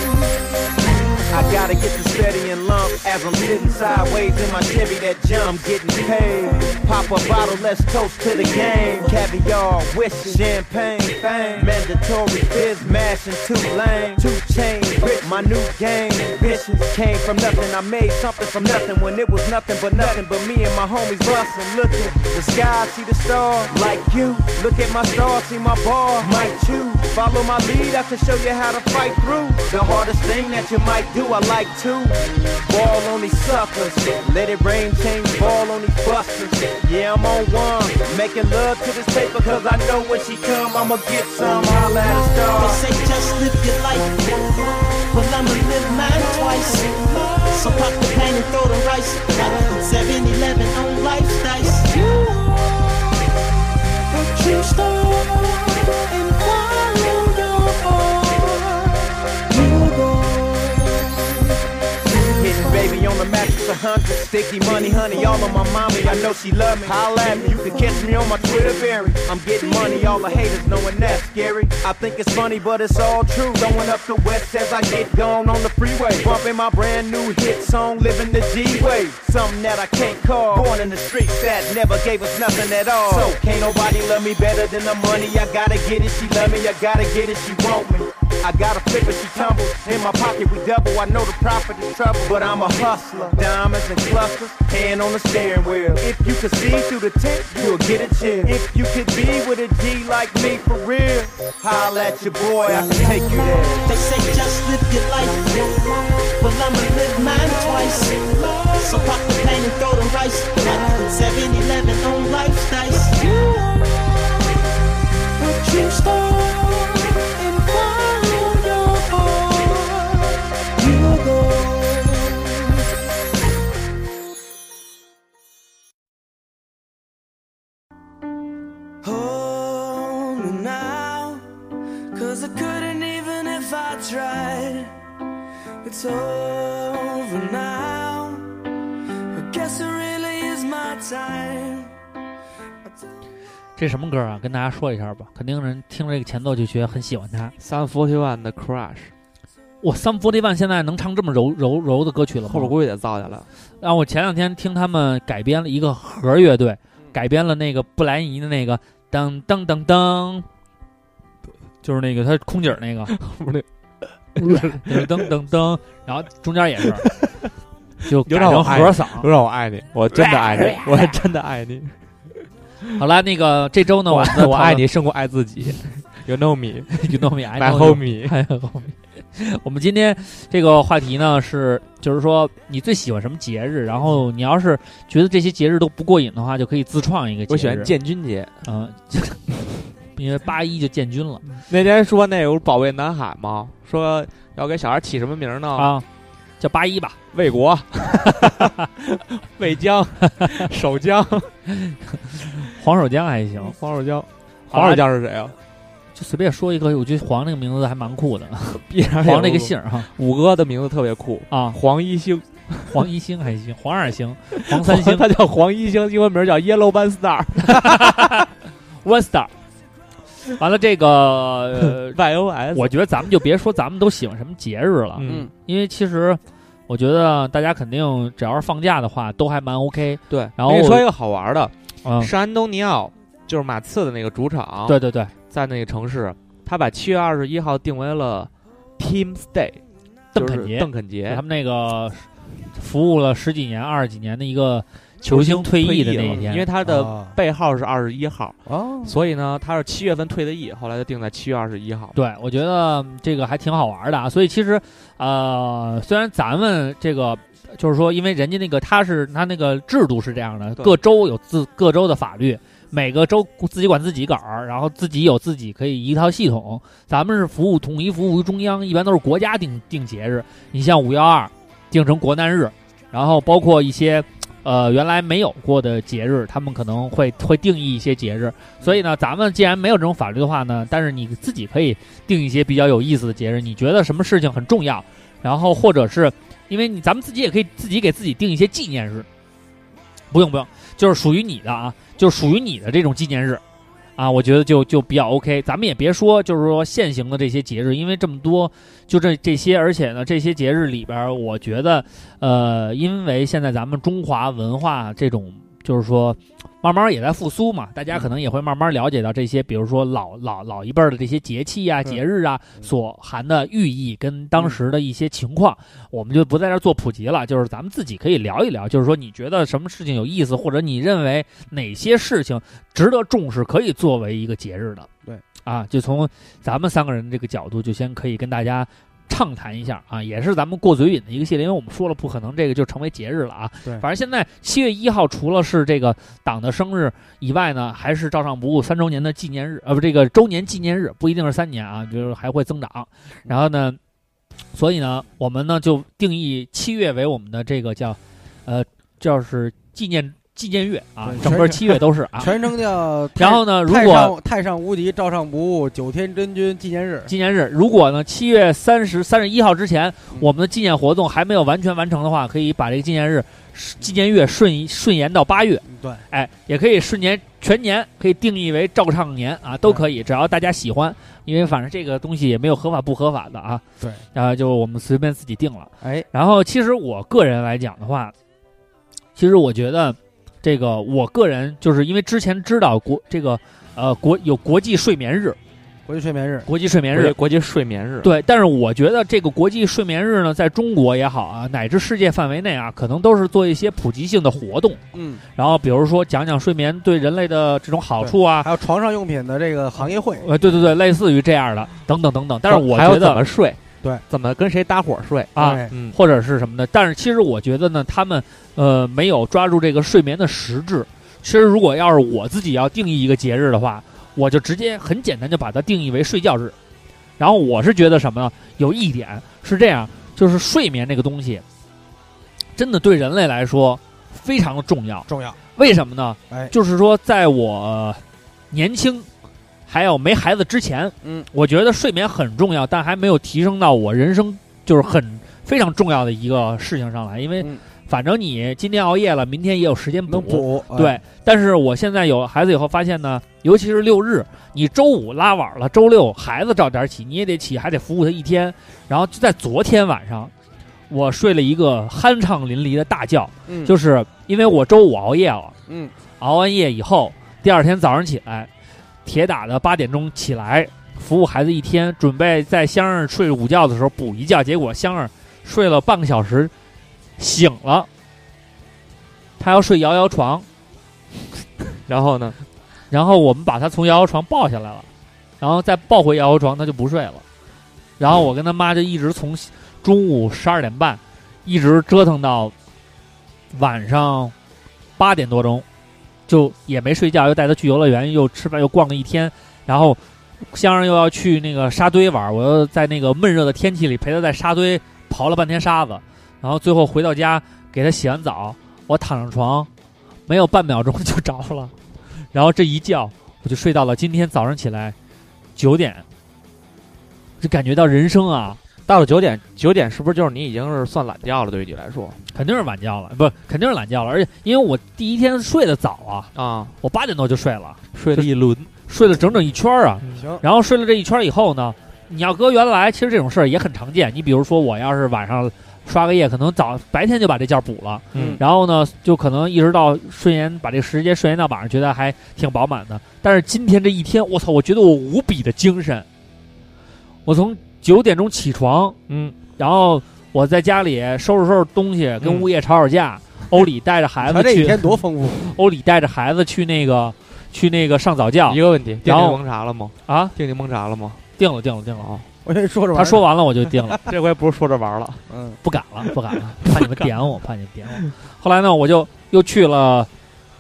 I gotta get the steady and lump as I'm sitting sideways in my Chevy that jump getting paid. Pop a bottle, let's toast to the game. Caviar, whiskey, champagne, fame. Mandatory biz, mashing two lane. Two chain, grip, my new game. Bitches came from nothing, I made something from nothing when it was nothing but nothing but me and my homies bustin'. Look at the sky, see the star, like you. Look at my star, see my bar, might choose. Follow my lead, I can show you how to fight through. The hardest thing that you might do, I like to. Ball on these suckers, let it rain, change ball on these busters. Yeah, I'm on one, making love to this paper, cause I know when she come, I'ma get some. Holla at a star. They say just live your life. Well, I'ma live mine twice. So pop the pain and throw the rice. 7 Eleven on life's dice. Hitting baby on the mattress, a hundred sticky money, honey, all on my mommy. I know she love me. Holla at me, you can catch me on my Twitter berry. I'm getting money, all the haters knowing that's scary. I think it's funny, but it's all true. Going up to West as I get gone on the freeway, bumping my brand new hit song, living the G way. Something that I can't call. Born in the streets that never gave us nothing at all. So can't nobody love me better than the money. I gotta get it, she love me. I gotta get it, she want me. I gotta flip it, she tumble. In my pocket we double. I know the profit is trouble, but I'm a hustler. Diamonds and clusters, hand on the steering wheel. If you could see through the tent, you'll get a chill. If you could be with a G like me for real, holla at your boy, I can take you there. They say just live your life. Well, I'ma live mine twice. So pop the pain and throw the rice. 7 Eleven on life's dice. True star and follow your heart. me now. Cause I couldn't even if I tried. It's over now. I guess it really is my time. 这什么歌啊？跟大家说一下吧，肯定人听这个前奏就觉得很喜欢它。 Sun Forty One 的 Crush，哇，三福利万现在能唱这么柔柔柔的歌曲了吗？后边估计得造下来 [LAUGHS] 了。然后我前两天听他们改编了一个核乐嗯队，改编了那个布莱尼的那个噔噔噔噔，就是那个他空姐儿那个， [LAUGHS] 不是噔噔噔噔，然后中间也是，就有改点成我爱你和嗓。不是我爱你，我真的 [LAUGHS] 爱你，我真的爱你，好了，那个这周呢，我我们的我爱你胜过爱自己。You [LAUGHS] know me, [LAUGHS] 运动米爱 my homie。我们今天这个话题呢是，就是说你最喜欢什么节日？然后你要是觉得这些节日都不过瘾的话，就可以自创一个节日。我喜欢建军节。嗯， [LAUGHS] 因为八一就建军了那天说那有保卫南海嘛，说要给小孩起什么名儿呢？啊，叫八一吧。卫 [LAUGHS] 国、卫江、守江、黄守江还行，黄守江。黄守江是谁啊？嗯就随便说一个，我觉得黄这个名字还蛮酷的，必然黄这个姓儿哈五哥的名字特别酷，哎 [LAUGHS] 啊，黄一星，黄一星还行，黄二星， [LAUGHS] 黄三星他叫黄一星，英文名叫 Yellow Man Star， ，One Star。完了这 [LAUGHS] 个， Y O S。呃我觉得咱们就别说咱们都喜欢什么节日了，嗯，因为其实我觉得大家肯定只要是放假的话，都还蛮 OK。对。然后我跟你说我一个好玩的，嗯，圣安东尼奥就是马刺的那个主场，对，对对，在那个城市，他把七月二十一号定为了 Team Day，邓就是肯杰，邓肯他节，们那个服务了十几年、二十几年的一个球星退役的那一了天，哦因为他的啊背号是二十一号，啊哦，所以呢，他是七月份退的役，后来就定在七月二十一号。对，我觉得这个还挺好玩的啊。所以其实，呃，虽然咱们这个就是说，因为人家那个他是他那个制度是这样的，对各州有自各州的法律，每个州自己管自己杆儿，然后自己有自己可以一套系统。咱们是服务统一服务于中央，一般都是国家定定节日。你像五幺二定成国难日，然后包括一些。呃，原来没有过的节日，他们可能会会定义一些节日，所以呢，咱们既然没有这种法律的话呢，但是你自己可以定一些比较有意思的节日，你觉得什么事情很重要，然后或者是因为你咱们自己也可以自己给自己定一些纪念日，不用不用，就是属于你的啊，就是属于你的这种纪念日。啊，我觉得就就比较 OK，咱们也别说，就是说现行的这些节日，因为这么多，就这这些，而且呢，这些节日里边儿，我觉得，呃，因为现在咱们中华文化这种，就是说，慢慢也在复苏嘛，大家可能也会慢慢了解到这些，比如说老老老一辈儿的这些节气啊、对节日啊所含的寓意跟当时的一些情况，我们就不在这儿做普及了，就是咱们自己可以聊一聊，就是说你觉得什么事情有意思，或者你认为哪些事情值得重视，可以作为一个节日的。对，啊，就从咱们三个人这个角度，就先可以跟大家畅谈一下啊，也是咱们过嘴瘾的一个系列，因为我们说了，不可能这个就成为节日了啊。对反正现在七月一号，除了是这个党的生日以外呢，还是照常不误三周年的纪念日，呃，不，这个周年纪念日不一定是三年啊，就是还会增嗯长。然后呢，所以呢，我们呢就定义七月为我们的这个叫，呃，就是纪念纪念月啊，对整个七月都是啊。全称叫太然后呢，如太果上太上无敌，照上不误，九天真君纪念日。纪念日，如果呢七月三十、三十一号之前，嗯我们的纪念活动还没有完全完成的话，可以把这个纪念日、纪念月顺一顺延到八月，嗯对，哎，也可以顺延全年，可以定义为照唱年啊，都可以，只要大家喜欢，因为反正这个东西也没有合法不合法的啊，对，然后就我们随便自己定了。哎，然后其实我个人来讲的话，其实我觉得这个我个人就是因为之前知道国这个呃国有国际睡眠日，国际睡眠日。国际睡眠国日际。国际睡眠日，对，但是我觉得这个国际睡眠日呢，在中国也好啊，乃至世界范围内啊，可能都是做一些普及性的活动，嗯，然后比如说讲讲睡眠对人类的这种好处啊，还有床上用品的这个行业会，呃，对对对，类似于这样的，等等等等。但是我还有觉怎么得睡，对，怎么跟谁搭伙睡啊，对嗯，或者是什么的，但是其实我觉得呢，他们呃没有抓住这个睡眠的实质。其实如果要是我自己要定义一个节日的话，我就直接很简单就把它定义为睡觉日。然后我是觉得什么呢？有一点是这样，就是睡眠这个东西，真的对人类来说非常的重要。重要。为什么呢？哎就是说，在我年轻还有没孩子之前，嗯，我觉得睡眠很重要，但还没有提升到我人生就是很非常重要的一个事情上来，因为嗯反正你今天熬夜了，明天也有时间能补哎对，但是我现在有孩子以后发现呢，尤其是六日，你周五拉晚了，周六孩子早点起，你也得起，还得服务他一天。然后就在昨天晚上，我睡了一个酣畅淋漓的大觉，嗯就是因为我周五熬夜了，嗯，熬完夜以后，第二天早上起来，铁打的八点钟起来，服务孩子一天，准备在香儿睡午觉的时候补一觉，结果香儿睡了半个小时，醒了，他要睡摇摇床，然后呢，然后我们把他从摇摇床抱下来了，然后再抱回摇摇床，他就不睡了。然后我跟他妈就一直从中午十二点半，一直折腾到晚上八点多钟，就也没睡觉，又带他去游乐园，又吃饭，又逛了一天，然后。香儿又要去那个沙堆玩，我又在那个闷热的天气里陪他在沙堆刨了半天沙子，然后最后回到家给他洗完澡，我躺上床，没有半秒钟就着了。然后这一觉我就睡到了今天早上起来九点，就感觉到人生啊，到了九点，九点是不是就是你已经是算懒觉了？对于你来说肯定是晚觉了，不，肯定是懒觉了。而且因为我第一天睡得早啊，啊，我八点多就睡了，睡了一轮，睡了整整一圈儿啊。行，然后睡了这一圈儿以后呢，你要搁原来，其实这种事儿也很常见。你比如说，我要是晚上刷个夜，可能早白天就把这觉补了，嗯然后呢，就可能一直到顺延把这时间顺延到晚上，觉得还挺饱满的。但是今天这一天，我操，我觉得我无比的精神。我从九点钟起床，嗯，然后我在家里收拾收拾东西，跟物业吵吵 [LAUGHS] 架。欧里带着孩他子这一去，天多丰富，欧里带着孩子去那个去那个上早教一个问题，定然柠后檬茶了吗？啊，定柠檬茶了吗？定了定了定了。我先说着玩他儿说完了我就定了。 [LAUGHS] 这回不是说着玩了，嗯不敢了，不 [LAUGHS] 敢了，怕你们点我，怕你们点我。后来呢，我就又去了，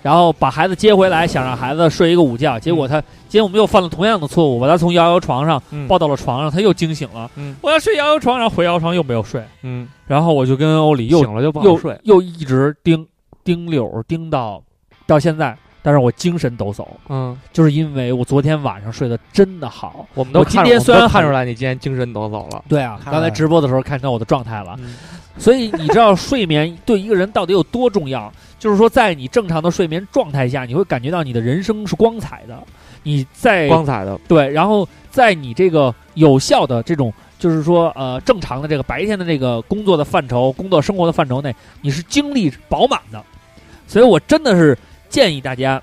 然后把孩子接回来，想让孩子睡一个午觉。结果他，结果我们又犯了同样的错误，把他从摇摇床上嗯抱到了床上，他又惊醒了。嗯我要睡摇摇床，然后回摇床又没有睡，嗯，然后我就跟欧里又醒了就不好又睡，又一直盯盯柳儿盯到到现在，但是我精神抖擞，嗯，就是因为我昨天晚上睡得真的好。我们都我看今天我们虽然都看很出来你今天精神抖擞了，对啊，看刚才来直播的时候看到我的状态了，嗯所以你知道睡眠对一个人到底有多重要？就是说，在你正常的睡眠状态下，你会感觉到你的人生是光彩的。你在光彩的，对，然后在你这个有效的这种，就是说呃正常的这个白天的这个工作的范畴、工作生活的范畴内，你是精力饱满的。所以我真的是建议大家，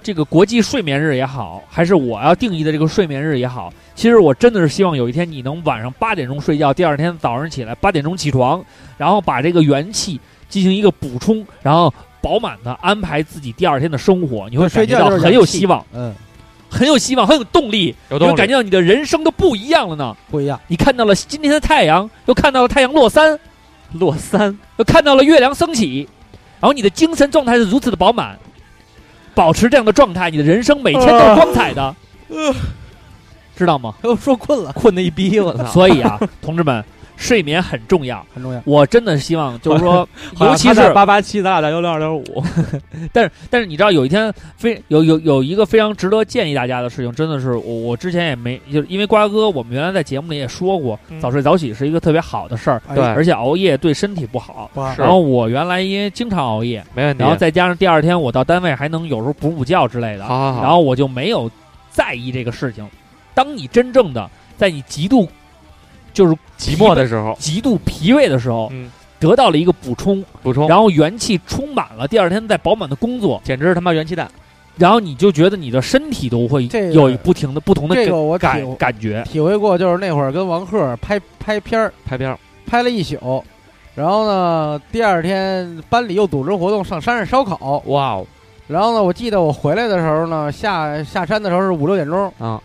这个国际睡眠日也好，还是我要定义的这个睡眠日也好，其实我真的是希望有一天你能晚上八点钟睡觉，第二天早上起来八点钟起床，然后把这个元气进行一个补充，然后饱满的安排自己第二天的生活，你会睡感觉觉到就是很氧有气希望，嗯，很有希望，很有动力。有你动会感力，觉到你的人生都不一样了呢。不一样，你看到了今天的太阳，又看到了太阳落山，落山，又看到了月亮升起，然后你的精神状态是如此的饱满，保持这样的状态，你的人生每天都是光彩的，知道吗？又说困了，呃困的一逼，我操！所以啊，同志们，睡眠很重要。很重要。我真的希望，就是说， [LAUGHS] 尤好像其他在是八八七，咱俩在幺六二点五，但是但是你知道有一天非有有有一个非常值得建议大家的事情，真的是我我之前也没就是因为瓜哥，我们原来在节目里也说过，嗯早睡早起是一个特别好的事儿，哎对而且熬夜对身体不好。不好是然后我原来因为经常熬夜，没问题。然后再加上第二天我到单位还能有时候补补觉之类的，好好好，然后我就没有在意这个事情。当你真正的在你极度就是寂寞的时候极度疲惫的时候，嗯得到了一个补充，补充，然后元气充满了，第二天再饱满的工作，哦简直是他妈元气弹。然后你就觉得你的身体都会这个有不停的不同的这感个我体感感觉，体会过，就是那会儿跟王赫拍拍片儿，拍片儿，拍了一宿，然后呢，第二天班里又组织活动上山上烧烤，哇哦然后呢，我记得我回来的时候呢，下下山的时候是五六点钟，啊！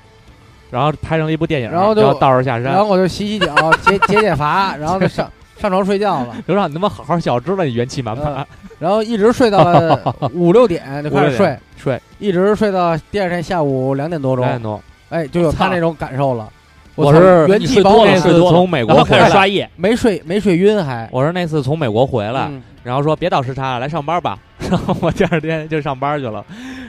然后拍成了一部电影，然后就道士下然后山。我就洗洗脚，解解解乏，然后就上上床睡觉了，刘畅，你他妈好好小，知道你元气满满，然后一直睡到了五六点就开始睡，睡一直睡到第二天下午两点多两点钟，多。哎，就有他操那种感受了。我操是元你气睡饱多了满那，睡次多了从美然后国回开始来，刷夜，没睡没睡晕还。我是那次从美国回来，嗯然后说别倒时差 [LAUGHS] 了，来上班吧。然后我第二天就上班去了，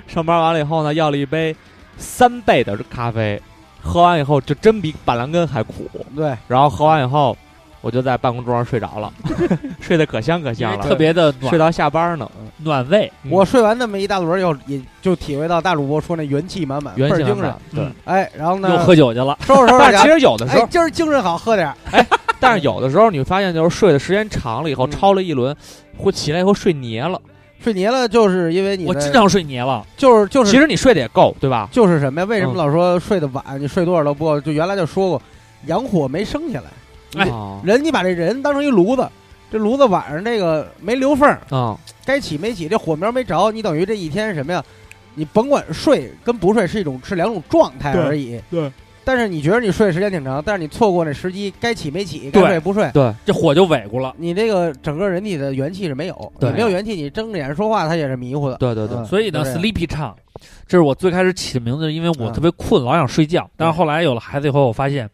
上班完了以后呢，要了一杯三倍的咖啡，喝完以后就真比板蓝根还苦。对，然后喝完以后，我就在办公桌上睡着了， [LAUGHS] 睡得可香可因香为了，特别的睡暖到下班呢，暖胃，嗯我睡完那么一大轮儿以后，也就体会到大主播说那元气满满，倍元儿气精神满满。。啊对嗯，哎，然后呢又，喝酒去了。收拾收拾但是其点儿。实有的时候哎，，今儿精神好，喝点儿。哎但是有的时候你会发现，就是睡的时间长了以后，嗯超了一轮，会起来以后睡黏了。睡泥了，就是因为你我的经常睡泥了，就是就是其实你睡得也够，对吧？就是什么呀？为什么嗯老说睡得晚？你睡多少都不够？就原来就说过，阳火没升起来，哎啊人你把这人当成一炉子，这炉子晚上这个没留缝儿，啊，该起没起，这火苗没着，你等于这一天什么呀？你甭管睡跟不睡是一种是两种状态而已。对。但是你觉得你睡的时间挺长，但是你错过那时机，该起没起，该对睡不睡，对，这火就萎咕了。你这个整个人体的元气是没有，对你没有元气，你睁着眼说话，它也是迷糊的。对对对嗯，所以呢就这样，Sleepy 唱，这是我最开始起的名字，因为我嗯特别困，老想睡觉。但是后来有了孩子以后，我发现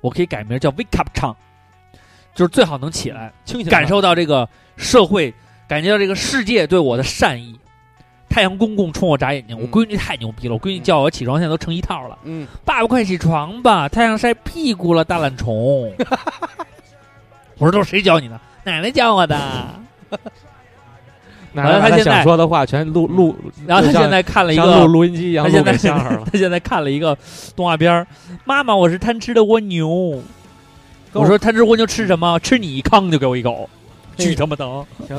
我可以改名叫 Wake Up 唱，就是最好能起来，清 [LAUGHS] 醒感受到这个社会，感觉到这个世界对我的善意。太阳公公冲我眨眼睛，我嗯闺女太牛逼了，我闺女叫我起床现在都成一套了。嗯，爸爸快起床吧，太阳晒屁股了，大懒 [LAUGHS] 虫。我说都是谁教你的？奶奶教我的。嗯然完了他现在想说的话全录录，然后他就像现在看了一像个录录音机一样他录现给在。相声 [LAUGHS] 了他现在看了一个动画片儿，妈妈，我是贪吃的蜗牛。我跟我说贪吃蜗牛吃什么？吃你一糠就给我一口，嘿巨他妈疼。行。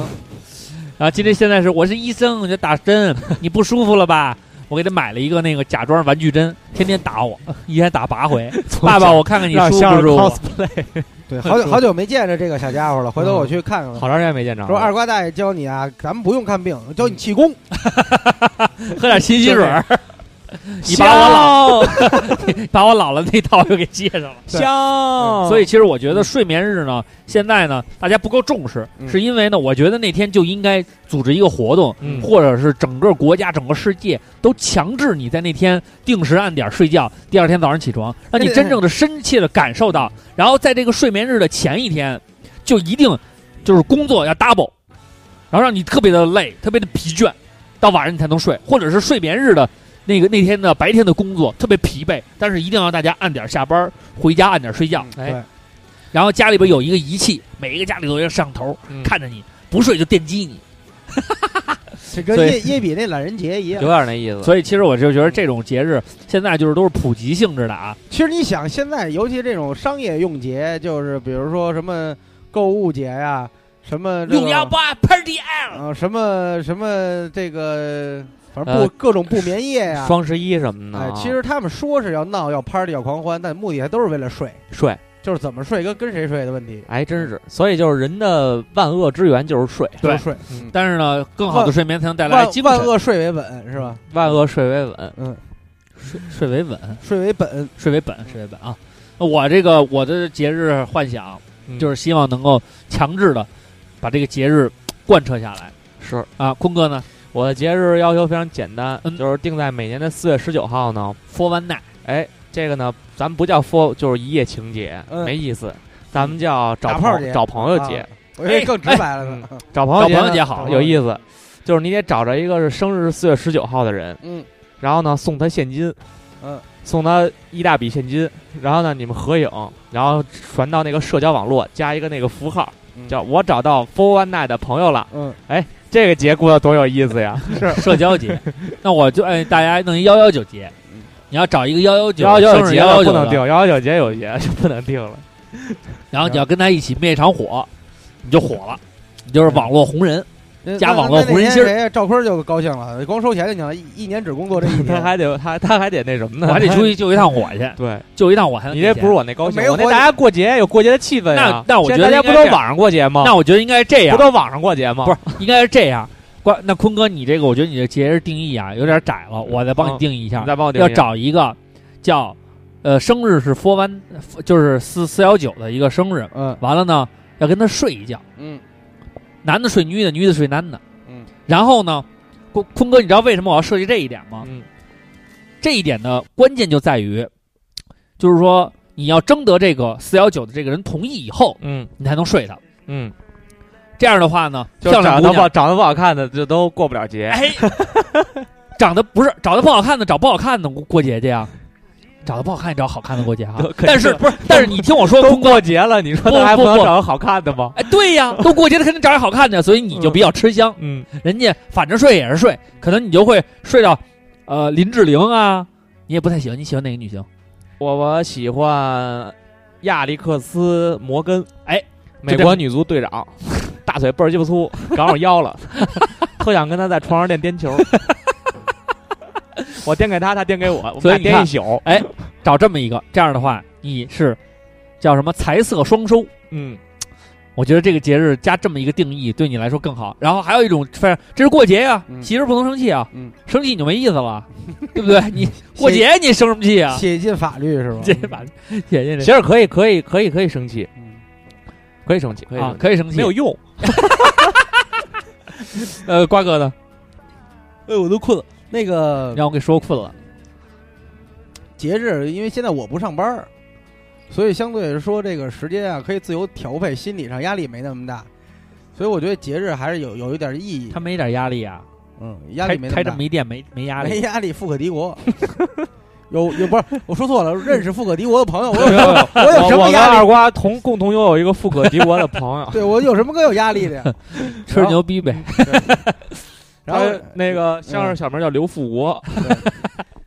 然后今天现在是我是医生，我就打针，你不舒服了吧？我给他买了一个那个假装玩具针，天天打我， [LAUGHS] 一天打八 [LAUGHS] 回。爸爸，我看看你让舒相不声舒服？ cosplay，对，好久好久没见着这个小家伙了，回头我去看看吧。好长时间没见着了。说二瓜大爷教你啊，咱们不用看病，教你气功。嗯喝点新溪水儿。你把我老，香 [LAUGHS] 把我老了那套又给接上了。香，所以其实我觉得睡眠日呢，现在呢大家不够重视，嗯是因为呢，我觉得那天就应该组织一个活动，嗯或者是整个国家、整个世界都强制你在那天定时按点睡觉，第二天早上起床，让你对真正的深切的感受到，然后在这个睡眠日的前一天，就一定就是工作要 double，然后让你特别的累、特别的疲倦，到晚上你才能睡，或者是睡眠日的。那个那天的白天的工作特别疲惫，但是一定要大家按点下班儿回家，按点睡觉。哎，嗯对，然后家里边有一个仪器，每一个家里都有一个摄像头，嗯看着你不睡就电击你。这跟所以耶耶比那懒人节一样有。点那意思。所以其实我就觉得这种节日现在就是都是普及性质的啊，其实你想，现在尤其这种商业用节，就是比如说什么购物节呀、什嗯么这个六幺八 Party L，啊，什么什么这个，反正不、呃各种不眠夜 [LAUGHS] 呀、双十一什么的哎啊，，其实他们说是要闹、要 party、要狂欢，但目的还都是为了睡，睡，就是怎么睡跟跟谁睡的问题。哎，真是。所以就是人的万恶之源就是睡，嗯就是睡，但是呢，更好的睡眠才能带来万精万神。恶睡为本是吧？万恶睡为稳。嗯，睡睡为稳，嗯睡为本，睡为本，睡为本啊！我这个我的节日幻想嗯就是希望能够强制的把这个节日贯彻下来是啊。坤哥呢我的节日要求非常简单嗯，就是定在每年的四月十九号呢。 ，For One Night，哎，这个呢，咱们不叫 f 就是一夜情节，嗯没意思。咱们叫找打朋炮节找朋友哎节，啊我以为更直白了呢。找朋友找朋友呢节好有意思。就是你得找着一个是生日四月十九号的人， [LAUGHS] 嗯然后呢送他现金，嗯，送他一大笔现金，然后呢你们合影，然后传到那个社交网络，加一个那个符号，嗯叫我找到 Four One Night 的朋友了。嗯，这个节过得多有意思呀！社交 [LAUGHS] 节，那我就哎，大家弄一幺幺九节嗯。你要找一个幺幺九幺幺九节幺了幺不九能定，幺幺九节有节就不能定了。然后你要跟他一起灭一场火，你就火了，你就是网络红人。那加那网络那红人那心儿天谁赵坤就高兴了，光收钱就行了，一一年只工 [LAUGHS] 作这一他年，还得他他还得那什么呢？，我还得出 [LAUGHS] 去救一趟火去对救一趟火还能你给这钱不是我那高兴没，有我那活大家过节有过节的气氛呀。那那我现觉在得大家应不该都这样网上过节吗？那我觉得应该这样不，都网上过节吗？不是应该是这样。关那坤哥，你这个我觉得你的节日定义啊有点窄了，我再帮你定义一下嗯你，再帮我定要义啊找一个叫呃生日是 f 完就是四四幺九的一个生日，嗯完了呢要跟他睡一觉，嗯男的睡女的，女的睡男的，嗯，然后呢，坤坤哥，你知道为什么我要设计这一点吗？嗯这一点的关键就在于，就是说你要征得这个四幺九的这个人同意以后，嗯你才能睡他。嗯，这样的话呢，就漂是亮长姑得娘不，长得不好看的就都过不了节。哎，长得不是长得不好看的找不好看的过节去呀，长得不好看你找好看的过啊节哈都。肯定但是不是？但是你听我说， [LAUGHS] 都坤哥，过节了，你说不他还不能不找个好看的吗？哎，对呀，都过节了肯定找点好看的，所以你就比较吃香。嗯，人家反正睡也是睡，可能你就会睡到，呃，林志玲啊，你也不太喜欢，你喜欢哪个女星？我我喜欢亚历克斯·摩根，哎，美国女足队长， [LAUGHS] 大腿倍儿鸡巴粗，刚好腰 [LAUGHS] 了，特想跟他在床上练颠 [LAUGHS] 球。我颠给他，他颠给我，我们所以俩你颠一看宿。找这么一个，这样的话你是叫什么财色双收。嗯，我觉得这个节日加这么一个定义对你来说更好。然后还有一种，反正这是过节呀、嗯媳妇儿不能生气啊，嗯生气你就没意思了，对不对？ [LAUGHS] 你过节你生什么气啊？写进法律是吧？这把姐姐其实可以，可以，可以，可以生气，嗯可以生气，可这以生啊气，可以生气，没有用。 [LAUGHS] 呃瓜哥呢？嗯哎，我都困了。那个让我给说困了。节日，因为现在我不上班儿，所以相对说这个时间啊可以自由调配，心理上压力没那么大，所以我觉得节日还是有有一点意义他。没一点压力啊？嗯，压开力没那开么这大么，一店没没压没力？压力，富可 [LAUGHS] 敌国。有有不是我说错了，认识富可敌国的朋友，我啊 [LAUGHS] 有什么我有什 [LAUGHS] 我么我跟压二力？瓜同共同拥有一个富可敌国的朋 [LAUGHS] 友。对我有什么可有压力的 [LAUGHS] 呀？吃牛逼呗。然后他那个相声小名叫刘富国，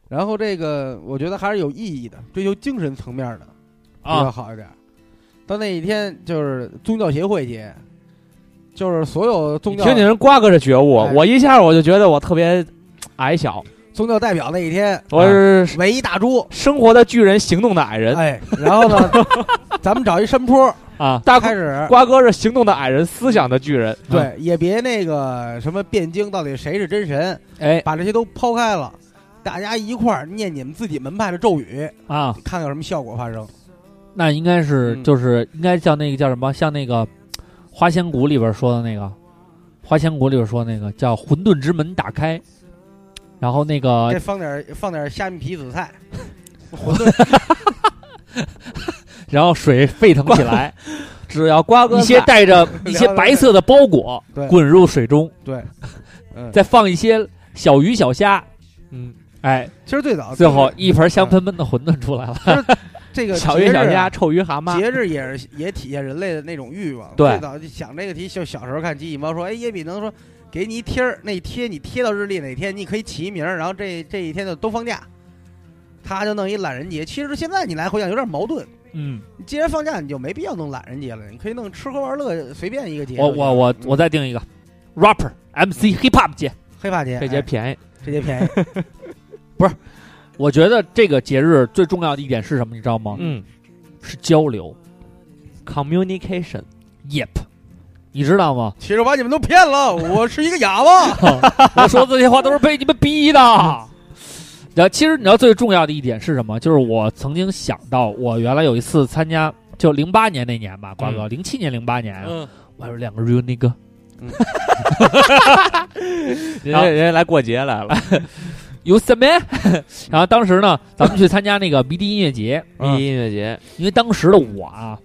然后这个我觉得还是有意义的，追求精神层面的比啊较好一点。到那一天就是宗教协会节，就是所有宗你教听你人瓜哥这觉悟，哎我一下我就觉得我特别矮小，宗教代表那一天，啊我是围一大猪，生活的巨人，行动的矮人。哎，然后 [LAUGHS] 呢，咱们找一山坡啊，大嗯开始，瓜哥是行动的矮人，思想的巨人。对，也别那个什么辩经，到底谁是真神，哎把这些都抛开了，大家一块儿念你们自己门派的咒语，啊，看看有什么效果发生。那应该是嗯就是应该像那个叫什么？像那个《花千骨》里边说的那个，《花千骨》里边说的那个叫“混沌之门打开”，然后那啊个这放点放点虾米皮紫菜，馄饨，然后水沸腾起来，只要瓜哥一些在带着一些白色的包裹对滚入水中，对，嗯，再放一些小鱼小虾，嗯，哎，其实最早最后一盘香喷喷的馄饨出来了。这个小节鱼日小啊虾、臭鱼蛤蟆，节日也是也体现人类的那种欲望。对最早就想这个题，就小时候看《机器猫》说，哎，耶比能说给你一贴儿，那一贴你贴到日历哪天，你可以起一名儿，然后这这一天就都放假。他就弄一懒人节，其实现在你来回想有点矛盾。嗯，你既然放假，你就没必要弄懒人节了，你可以弄吃喝玩乐随便一个节就我行。嗯我我我再定一个，rapper MC hip hop 节。黑发节，这节便宜。哎 [LAUGHS] 这节便宜，？我觉得这个节日最重要的一点是什么，你知道吗？嗯是交流。 ，communication， Yep，你知道 [LAUGHS] 吗其实我把你们都骗了，我是一个哑 [LAUGHS] 巴。我说这些话都是被你们逼的。嗯然后，其实你知道最重要的一点是什么？就是我曾经想到，我原来有一次参加，就零八年那年吧，瓜哥，零七年、零八年，嗯，我有两个 real nigga， [LAUGHS] 人家人家来过节来了，有什么？ [LAUGHS] 然后当时呢，咱们去参加那个迷笛音乐节，第一音乐节。因为当时的我啊，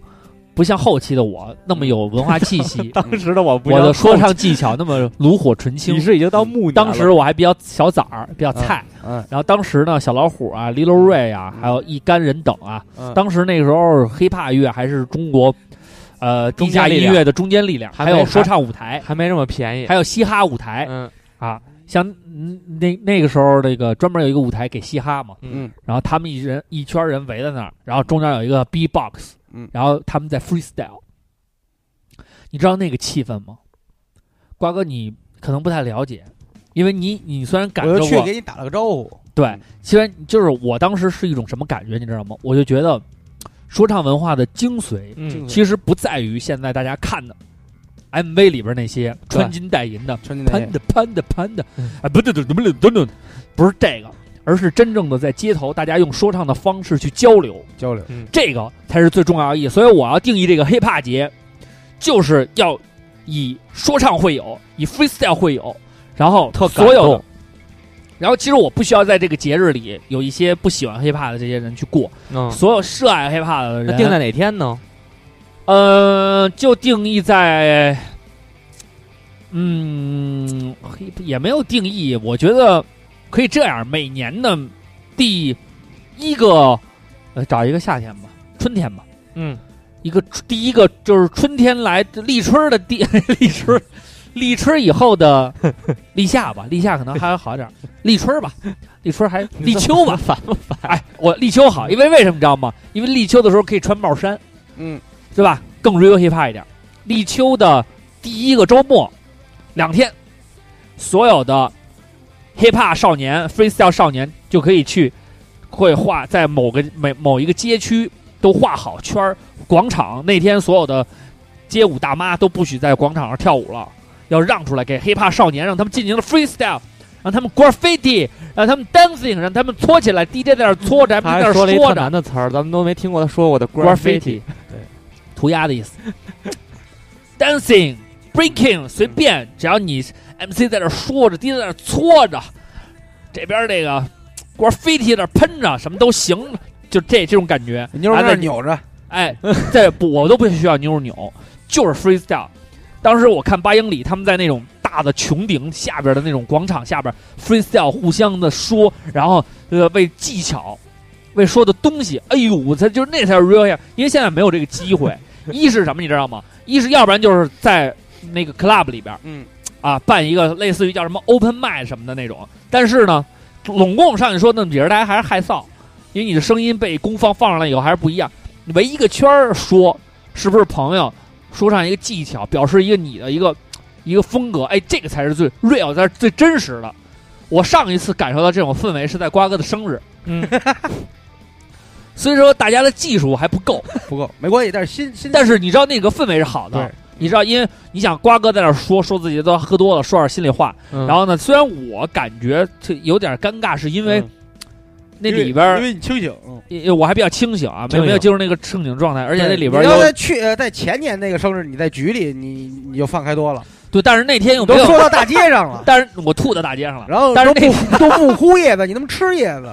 不像后期的我那么有文化气息， [LAUGHS] 当时嗯的我不我的要说唱技巧那么炉火纯青你。是已经到暮年了当时我还比较小崽儿，比较菜。嗯然后当时呢，小老虎啊、黎楼瑞啊，嗯还有一干人等啊，嗯当时那时候 hiphop 乐还是中国，呃，中地坚下力量音乐的中坚力量，还还没有说唱舞台，还没这么便宜。还有嘻哈舞台嗯啊。像嗯那那个时候，这个专门有一个舞台给嘻哈嘛，嗯，然后他们一人一圈人围在那儿，然后中间有一个 B box，嗯然后他们在 freestyle。你知道那个气氛吗？瓜哥，你可能不太了解，因为你你虽然感我受就去过，给你打了个招呼。对，虽然就是我当时是一种什么感觉，你知道吗？我就觉得说唱文化的精髓嗯其实不在于现在大家看的 MV 里边那些对穿金戴银的，穿进潘的潘的潘的，嗯哎，不对对对对对，不是这个，而是真正的在街头，大家用说唱的方式去交流，交流，这个才是最重要的意义。所以我要定义这个 hiphop 节，就是要以说唱会友，以 freestyle 会友，然后特感所有动的。然后其实我不需要在这个节日里有一些不喜欢 hiphop 的这些人去过，嗯，所有热爱 hiphop 的那人，定在哪天呢？呃，就定义在，呃嗯，也没有定义。我觉得可以这样，每年的第一个，呃，找一个夏天吧，春天吧，嗯，一个春第一个就是春天来立春的第 [LAUGHS] 立春，立春以后的立夏吧，立夏可能还好点儿，立春吧，立春还 [LAUGHS] 立秋吧，烦不烦？哎，我立秋好，因为为什么你知道吗？因为立秋的时候可以穿帽衫，嗯，对吧？更 real hiphop 一点儿。立秋的第一个周末，两天，所有的 hiphop 少年、freestyle 少年就可以去，会画在某个每某一个街区都画好圈儿，广场那天所有的街舞大妈都不许在广场上跳舞了，要让出来给 hiphop 少年，让他们进行了 freestyle。让他们 graffiti，让他们 dancing，让他们搓起来，DJ 在那儿搓着，咱他们还在那说儿了一说特着难的词儿，咱们都没听过他说过的 graffiti，涂鸦的意思。Dancing、breaking，随便，只要你 MC 在这说着，DJ 在这搓着，这边这个 graffiti 在这喷着，什么都行，就这这种感觉。啊你啊就是在完那了儿扭着，哎，这不我都不需要扭扭，就是 freestyle。当时我看八英里他们在那种大的穹顶下边的那种广场下边 freestyle 互相的说，然后呃为技巧，为说的东西，哎呦，我才就是那才是 real hip，因为现在没有这个机会。一是什么你知道吗？一是要不然就是在那个 club 里边，嗯啊，办一个类似于叫什么 open mic 什么的那种。但是呢，拢共上去说那么几人，大家还是害臊，因为你的声音被公放放上来以后还是不一样。你围一个圈儿说，是不是朋友？说上一个技巧，表示一个你的一个一个风格，哎，这个才是最 real，才是最真实的。我上一次感受到这种氛围是在瓜哥的生日，嗯，所以说大家的技术还不够，不够没关系，但是新新但是你知道那个氛围是好的对，你知道，因为你想瓜哥在那儿说说自己都喝多了，说点心里话，嗯然后呢，虽然我感觉这有点尴尬，是因为嗯那里边因儿为你清醒，嗯。因为我还比较清醒啊，没有清醒没有进入那个正经状态，而且那里边你要有在去呃在前年那个生日，你在局里，你你就放开多了，对，但是那天哦又没都有说，到大街上了，但是我吐到大街上了。然后但是都那不都不枯叶子，你他妈吃叶 [LAUGHS] 子，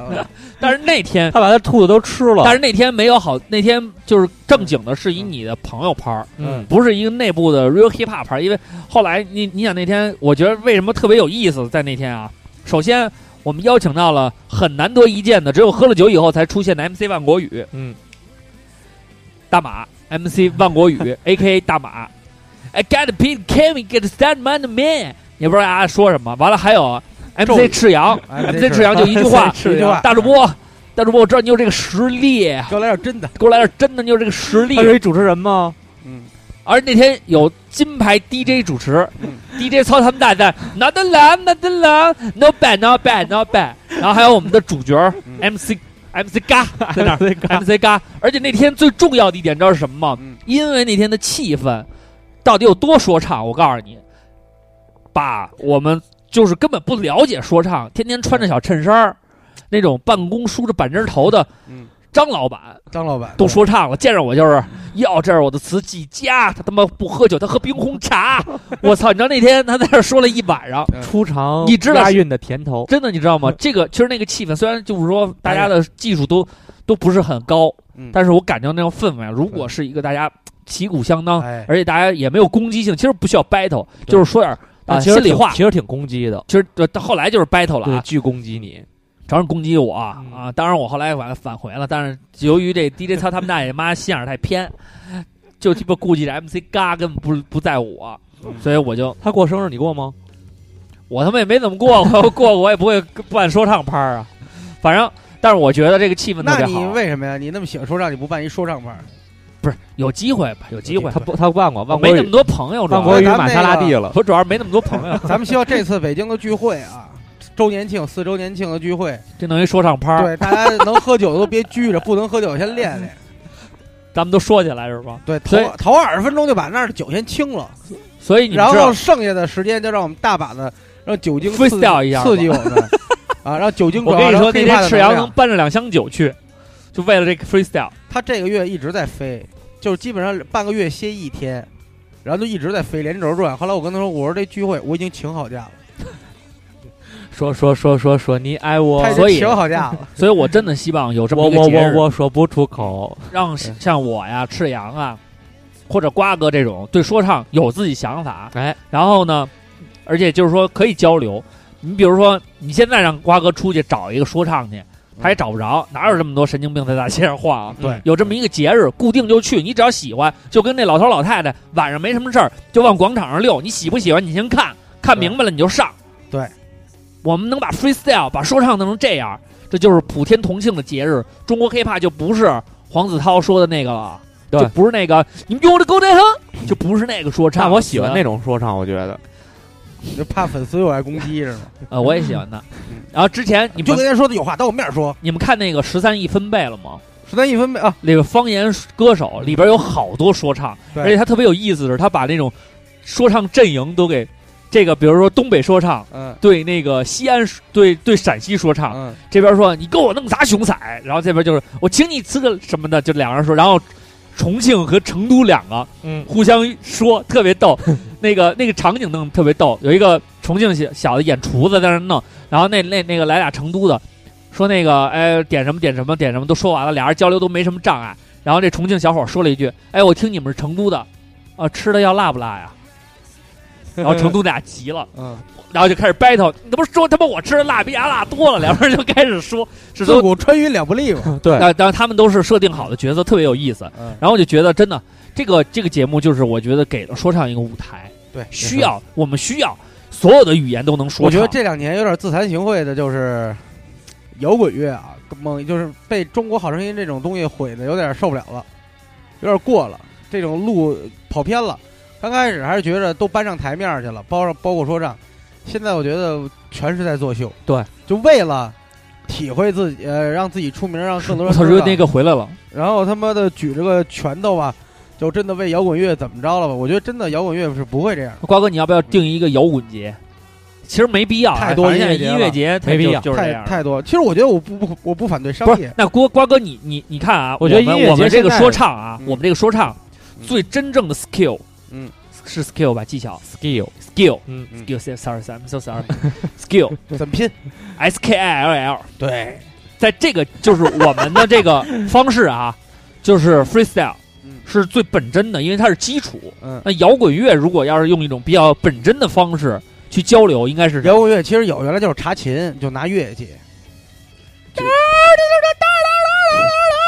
但是那 [LAUGHS] 天，他把他兔子都吃了但，是那天没有好，那天就是正经的，是以你的朋友拍儿，嗯，不是一个内部的 real hip hop 牌儿。因为后来你你想那天，我觉得为什么特别有意思，在那天啊，首先我们邀请到了很难得一见的，只有喝了酒以后才出现的 MC 万国宇，嗯，大马 MC 万国宇 A.K.A 大马，I got a big Kevin get that man the man，也不知道大家说什么。完了还有 MC 赤阳哎，MC 赤阳就一句话，一句话，大主播，大主播，我知道你有这个实力，给我来点真的，给我来点真的，你有这个实力他。是一主持人吗？嗯，而那天有金牌 DJ 主持嗯，DJ 操他们大在拿得郎拿得郎，no bad no bad no bad，然后还有我们的主角儿嗯 MC MC 嘎在那儿 MC 嘎，而且那天最重要的一点，你知道是什么吗嗯？因为那天的气氛到底有多说唱，我告诉你，把我们就是根本不了解说唱，天天穿着小衬衫儿，那种办公梳着板针头的嗯张老板，张老板都说唱了，见着我就是要这是我的词技佳，他他妈不喝酒，他喝冰红茶。我操！你知道那天他在那儿说了一晚上，出场你知道押是韵的甜头，真的你知道吗？这个其实那个气氛，虽然就是说大家的技术哎都都不是很高嗯，但是我感觉那种氛围啊，如果是一个大家旗鼓相当，哎，而且大家也没有攻击性，其实不需要 battle，对就是说点儿啊其实心里挺话。其实挺攻击的，其实呃到后来就是 battle 了对，啊，巨攻击你，找人攻击我啊嗯啊！当然我后来反返回了，但是由于这 [LAUGHS] DJ 操他们大爷妈心眼儿太偏，就鸡巴顾忌着 MC 嘎根本不不在我，嗯所以我就他过生日你过吗？我他妈也没怎么过， [LAUGHS] 我要过我也不会办说唱拍儿啊，反正但是我觉得这个气氛特那别你好，啊为什么呀？你那么喜欢说唱，你不办一说唱班儿？不是有机会吧？有机会，他不他办过，我万没国那么宇多朋友，主万要国是宇咱玛那莎拉个蒂了，我主要是没那么多 [LAUGHS] 朋友，咱们希望这次北京的聚会啊，周年庆四周年庆的聚会，这弄一说唱拍儿，对大家能喝酒都别拘着，不能喝酒先练练。咱们都说起来是吧？对，所以头头二十分钟就把那儿的酒先清了，所以你们然知道后剩下的时间就让我们大把的让酒精刺激 freestyle 一下吧刺激我 [LAUGHS] 们啊，让酒精我转跟化你说，那成黑怕天的赤能阳能量。搬着两箱酒去，就为了这个 freestyle。他这个月一直在飞，就是基本上半个月歇一天，然后就一直在飞，连轴转。后来我跟他说，我说这聚会我已经请好假了，说说说说说你爱我他已，哦经所以请好假了。所以我真的希望有这么我一个我节日我嗯我说不出口，让像我呀、赤羊啊，或者瓜哥这种对说唱有自己想法，哎，然后呢，而且就是说可以交流，你比如说，你现在让瓜哥出去找一个说唱去，嗯他也找不着，哪有这么多神经病在大街上晃啊？对有这么一个节日，固定就去，你只要喜欢，就跟那老头老太太晚上没什么事儿，就往广场上溜，你喜不喜欢你先看看明白了你就上。对，我们能把 freestyle 把说唱弄成这样，这就是普天同庆的节日。中国 hiphop 就不是黄子韬说的那个了。对就不是那个你们用的狗蛋哼，就不是那个说唱。但我喜欢那种说唱，我觉得你就怕粉丝又来攻击 [LAUGHS] 是吗？呃，我也喜欢他。 [LAUGHS] 然后之前你你嗯就们跟人家说的有话当我面说，你们看那个十三亿分贝了吗？十三一分贝啊，那个方言歌手里边有好多说唱，嗯对而且他特别有意思的是，他把那种说唱阵营都给这个，比如说东北说唱嗯对那个西安对对陕西说唱，嗯，这边说你给我弄啥熊仔，然后这边就是我请你吃个什么的，就两人说，然后重庆和成都两个，嗯互相说特别逗， [LAUGHS] 那个那个场景弄得特别逗，有一个重庆小小的演厨子在那儿弄，然后那那那个来俩成都的，说那个哎点什么点什么点什么都说完了，俩人交流都没什么障碍，然后这重庆小伙说了一句，哎我听你们是成都的，啊吃的要辣不辣呀？然后成都那俩急了，嗯，然后就开始 battle，你他妈说他妈我吃的辣比俺辣多了，两边就开始说，是自都古穿云两不立嘛， [LAUGHS] 对但但他们都是设定好的角色，特别有意思。嗯然后我就觉得真的，这个这个节目就是我觉得给了说唱一个舞台，对，需要我们需要所有的语言都能说嗯我觉唱。得这两年有点自惭形秽的，就是摇滚乐啊，猛就是被《中国好声音》这种东西毁的有点受不了了，有点过了，这种路跑偏了。刚开始还是觉着都搬上台面儿去了，包上包括说唱，现在我觉得全是在作秀。对，就为了体会自己，呃，让自己出名，让更多 [LAUGHS] 我人操，知热道。那个回来了，然后他妈的举着个拳头吧，就真的为摇滚乐怎么着了吧？我觉得真的摇滚乐是不会这样。瓜哥，你要不要定一个摇滚节？其实没必要，啊太多反正现在音乐节音乐节它没必就要就是这太样。太多，其实我觉得我不不我不反对商不业是，，那郭瓜哥，你你你看啊，我觉得们音乐节我们这个现在说唱啊，嗯我们这个说唱嗯最真正的 skill，嗯，是 skill 吧，技巧 skill skill，嗯嗯 skill，sorry，I'm so [LAUGHS] sorry，skill 怎么拼？ S K I L L，对，在这个就是我们的这个方式 [LAUGHS] 啊，就是 freestyle 嗯是最本真的，因为它是基础。嗯，那摇滚乐如果要是用一种比较本真的方式去交流，应该是摇滚乐其实有，原来就是查琴，就拿乐器。就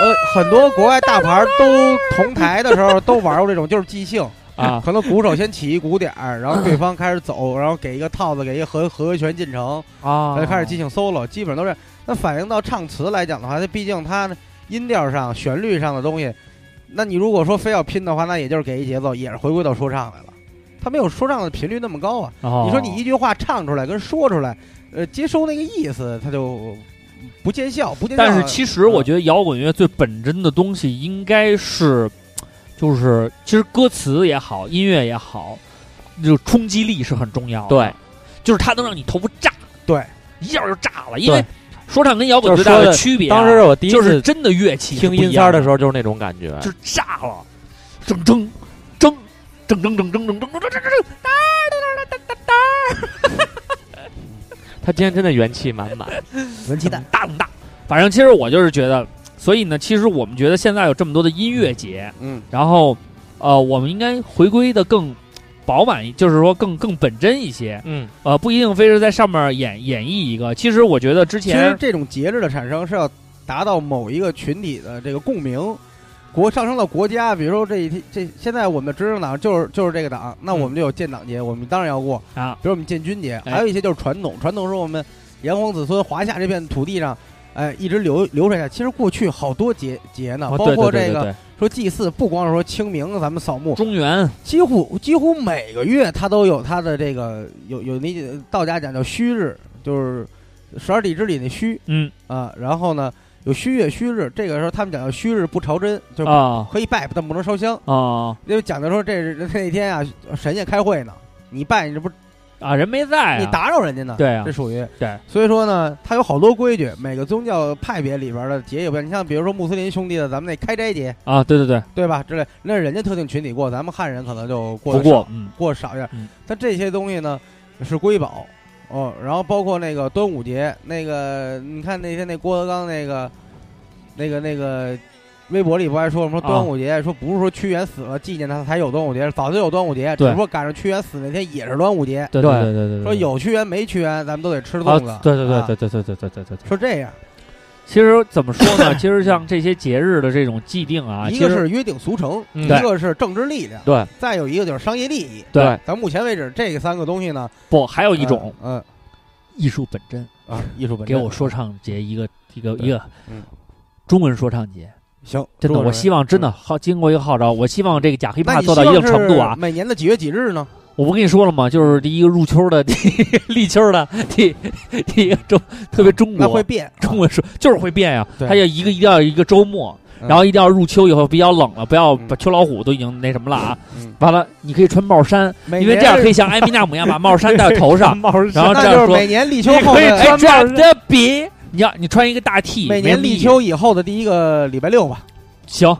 呃，很多国外大牌都同台的时候都玩过这种，就是即兴啊，可能鼓手先起一鼓点儿，然后对方开始走，然后给一个套子，给一个和和弦进程，啊然后开始即兴 solo，基本上都是。那反映到唱词来讲的话，它毕竟它音调上、旋律上的东西，那你如果说非要拼的话，那也就是给一节奏，也是回归到说唱来了。它没有说唱的频率那么高啊。哦你说你一句话唱出来跟说出来，呃，接收那个意思，它就不见效，不见效。但是其嗯实我觉得摇滚乐最本真的东西应该是，就是其实歌词也好，音乐也好，就冲击力是很重要的。对，就是它能让你头发炸，对，一下就炸了。因为说唱跟摇滚最就是大说的区别啊、当时我第一就次是真的乐器听音三三的时候就是那种感觉，就炸了，铮铮铮铮铮铮铮铮铮铮铮铮铮，他今天真的元气满满。文气蛋，大咚大。反正其实我就是觉得，所以呢，其实我们觉得现在有这么多的音乐节，嗯，然后，呃，我们应该回归的更饱满一，就是说更更本真一些。 [LAUGHS] 嗯，呃，不一定非是在上面演演绎一个。其实我觉得之其实前这种节日的产生是要达到某一个群体的这个共鸣，国上升到国家，比如说这一天这现在我们的执政党就是就是这个党，那我们就有建党节，我们当然要过啊，比如我们建军节，哎还有一些就是传统，传统是我们炎黄子孙华夏这片土地上。哎，一直流流传下来。其实过去好多节节呢，哦包对括对对这对个对说祭祀，不光是说清明咱们扫墓，中原几乎几乎每个月它都有它的这个有有那道家讲叫虚日，就是十二地支里那虚嗯啊。然后呢，有虚月、虚日，这个时候他们讲叫虚日不朝真，就是啊可以拜，但不能烧香，啊因为讲究说这是那天啊，神仙开会呢，你拜你这不啊，人没在、啊，你打扰人家呢，对啊这属于对。所以说呢，它有好多规矩，每个宗教派别里边的节也不一样。你像比如说穆斯林兄弟的，咱们那开斋节，啊，对对对，对吧？之类，那是人家特定群体过，咱们汉人可能就过不得过嗯过少一点嗯。但这些东西呢是瑰宝哦，然后包括那个端午节，那个你看那天那郭德纲那个那个那个微博里不还说吗？说啊端午节，说不是说屈原死了纪念他才有端午节，早就有端午节，只对不过赶上屈原死那天也是端午节。对对对对对，说有屈原没屈原，咱们都得吃啊粽子。，对对对啊对对对对对对对。说这样，其实怎么说 [LAUGHS] 呢？其实像这些节日的这种既定啊，一其个实是约定俗成，嗯一对个是政治力量，对，再有一个就是商业利益。对咱目前为止，这三个东西呢，不还有一种嗯，嗯艺术本真，啊，艺术本给身我说唱节一个一个一个嗯中文说唱节。行，真的，中国我人嗯希望真的号经过一个号召，我希望这个假黑那怕你做到一希定望程度是啊！每年的几月几日呢？我不跟你说了吗？就是第一个入秋的，第 [LAUGHS] 立秋的，第 [LAUGHS] 第一个中特别中那会国变。 [LAUGHS] 啊中文说就是会变呀，对它要一个一定要有一个周末，嗯然后一定要入秋以后比较冷了，不要嗯把秋老虎都已经那什么了啊嗯！哎完了，你可以穿帽衫，每因为这年样可以像埃米纳姆一样把帽衫戴到头 [LAUGHS] [LAUGHS] 上，然后这那样就是说每年立秋后哎的，抓的笔，你要你穿一个大 T，每没年有立意义秋以后的第一个礼拜六吧。行，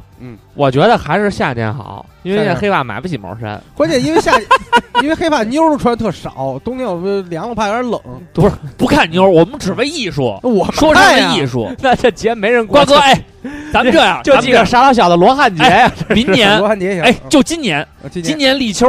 我觉得还是夏天好，因为夏现天在黑爸买不起毛衫。关键因为夏，因为黑怕妞儿穿特少，冬天我们凉了怕有点冷。不看妞，我们只为艺术，那我说看唱哎呀为艺 [LAUGHS] 术。那这节没人瓜过，哥，哎，咱们这样，就咱们记这着样傻老小子罗汉节哎呀。 [LAUGHS] 明 [LAUGHS] 年罗，汉节行。哎，就今年，嗯今今年年立秋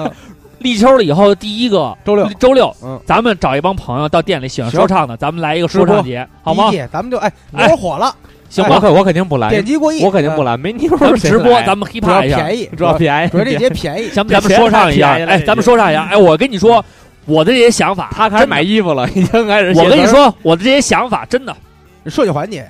嗯，立秋了以后第一个周六周六嗯，咱们找一帮朋友到店里喜欢行说唱的，咱们来一个说直播唱节，好吗第一？届咱们就哎，哎我火了，行我吧，肯我肯定不来，点击过亿，我肯定不来，来，没妞儿哎咱们谁直播，来咱们主要 hiphop 一下，便宜，主要便宜，主要这节 [LAUGHS] 便宜。咱们咱们这说唱一下，便宜了哎，这咱们说唱一下，哎，我跟你嗯说，我的这些想法，他开始买衣服了，已经开始。我跟你，说，我的这些想法真的设计环 [LAUGHS] 节，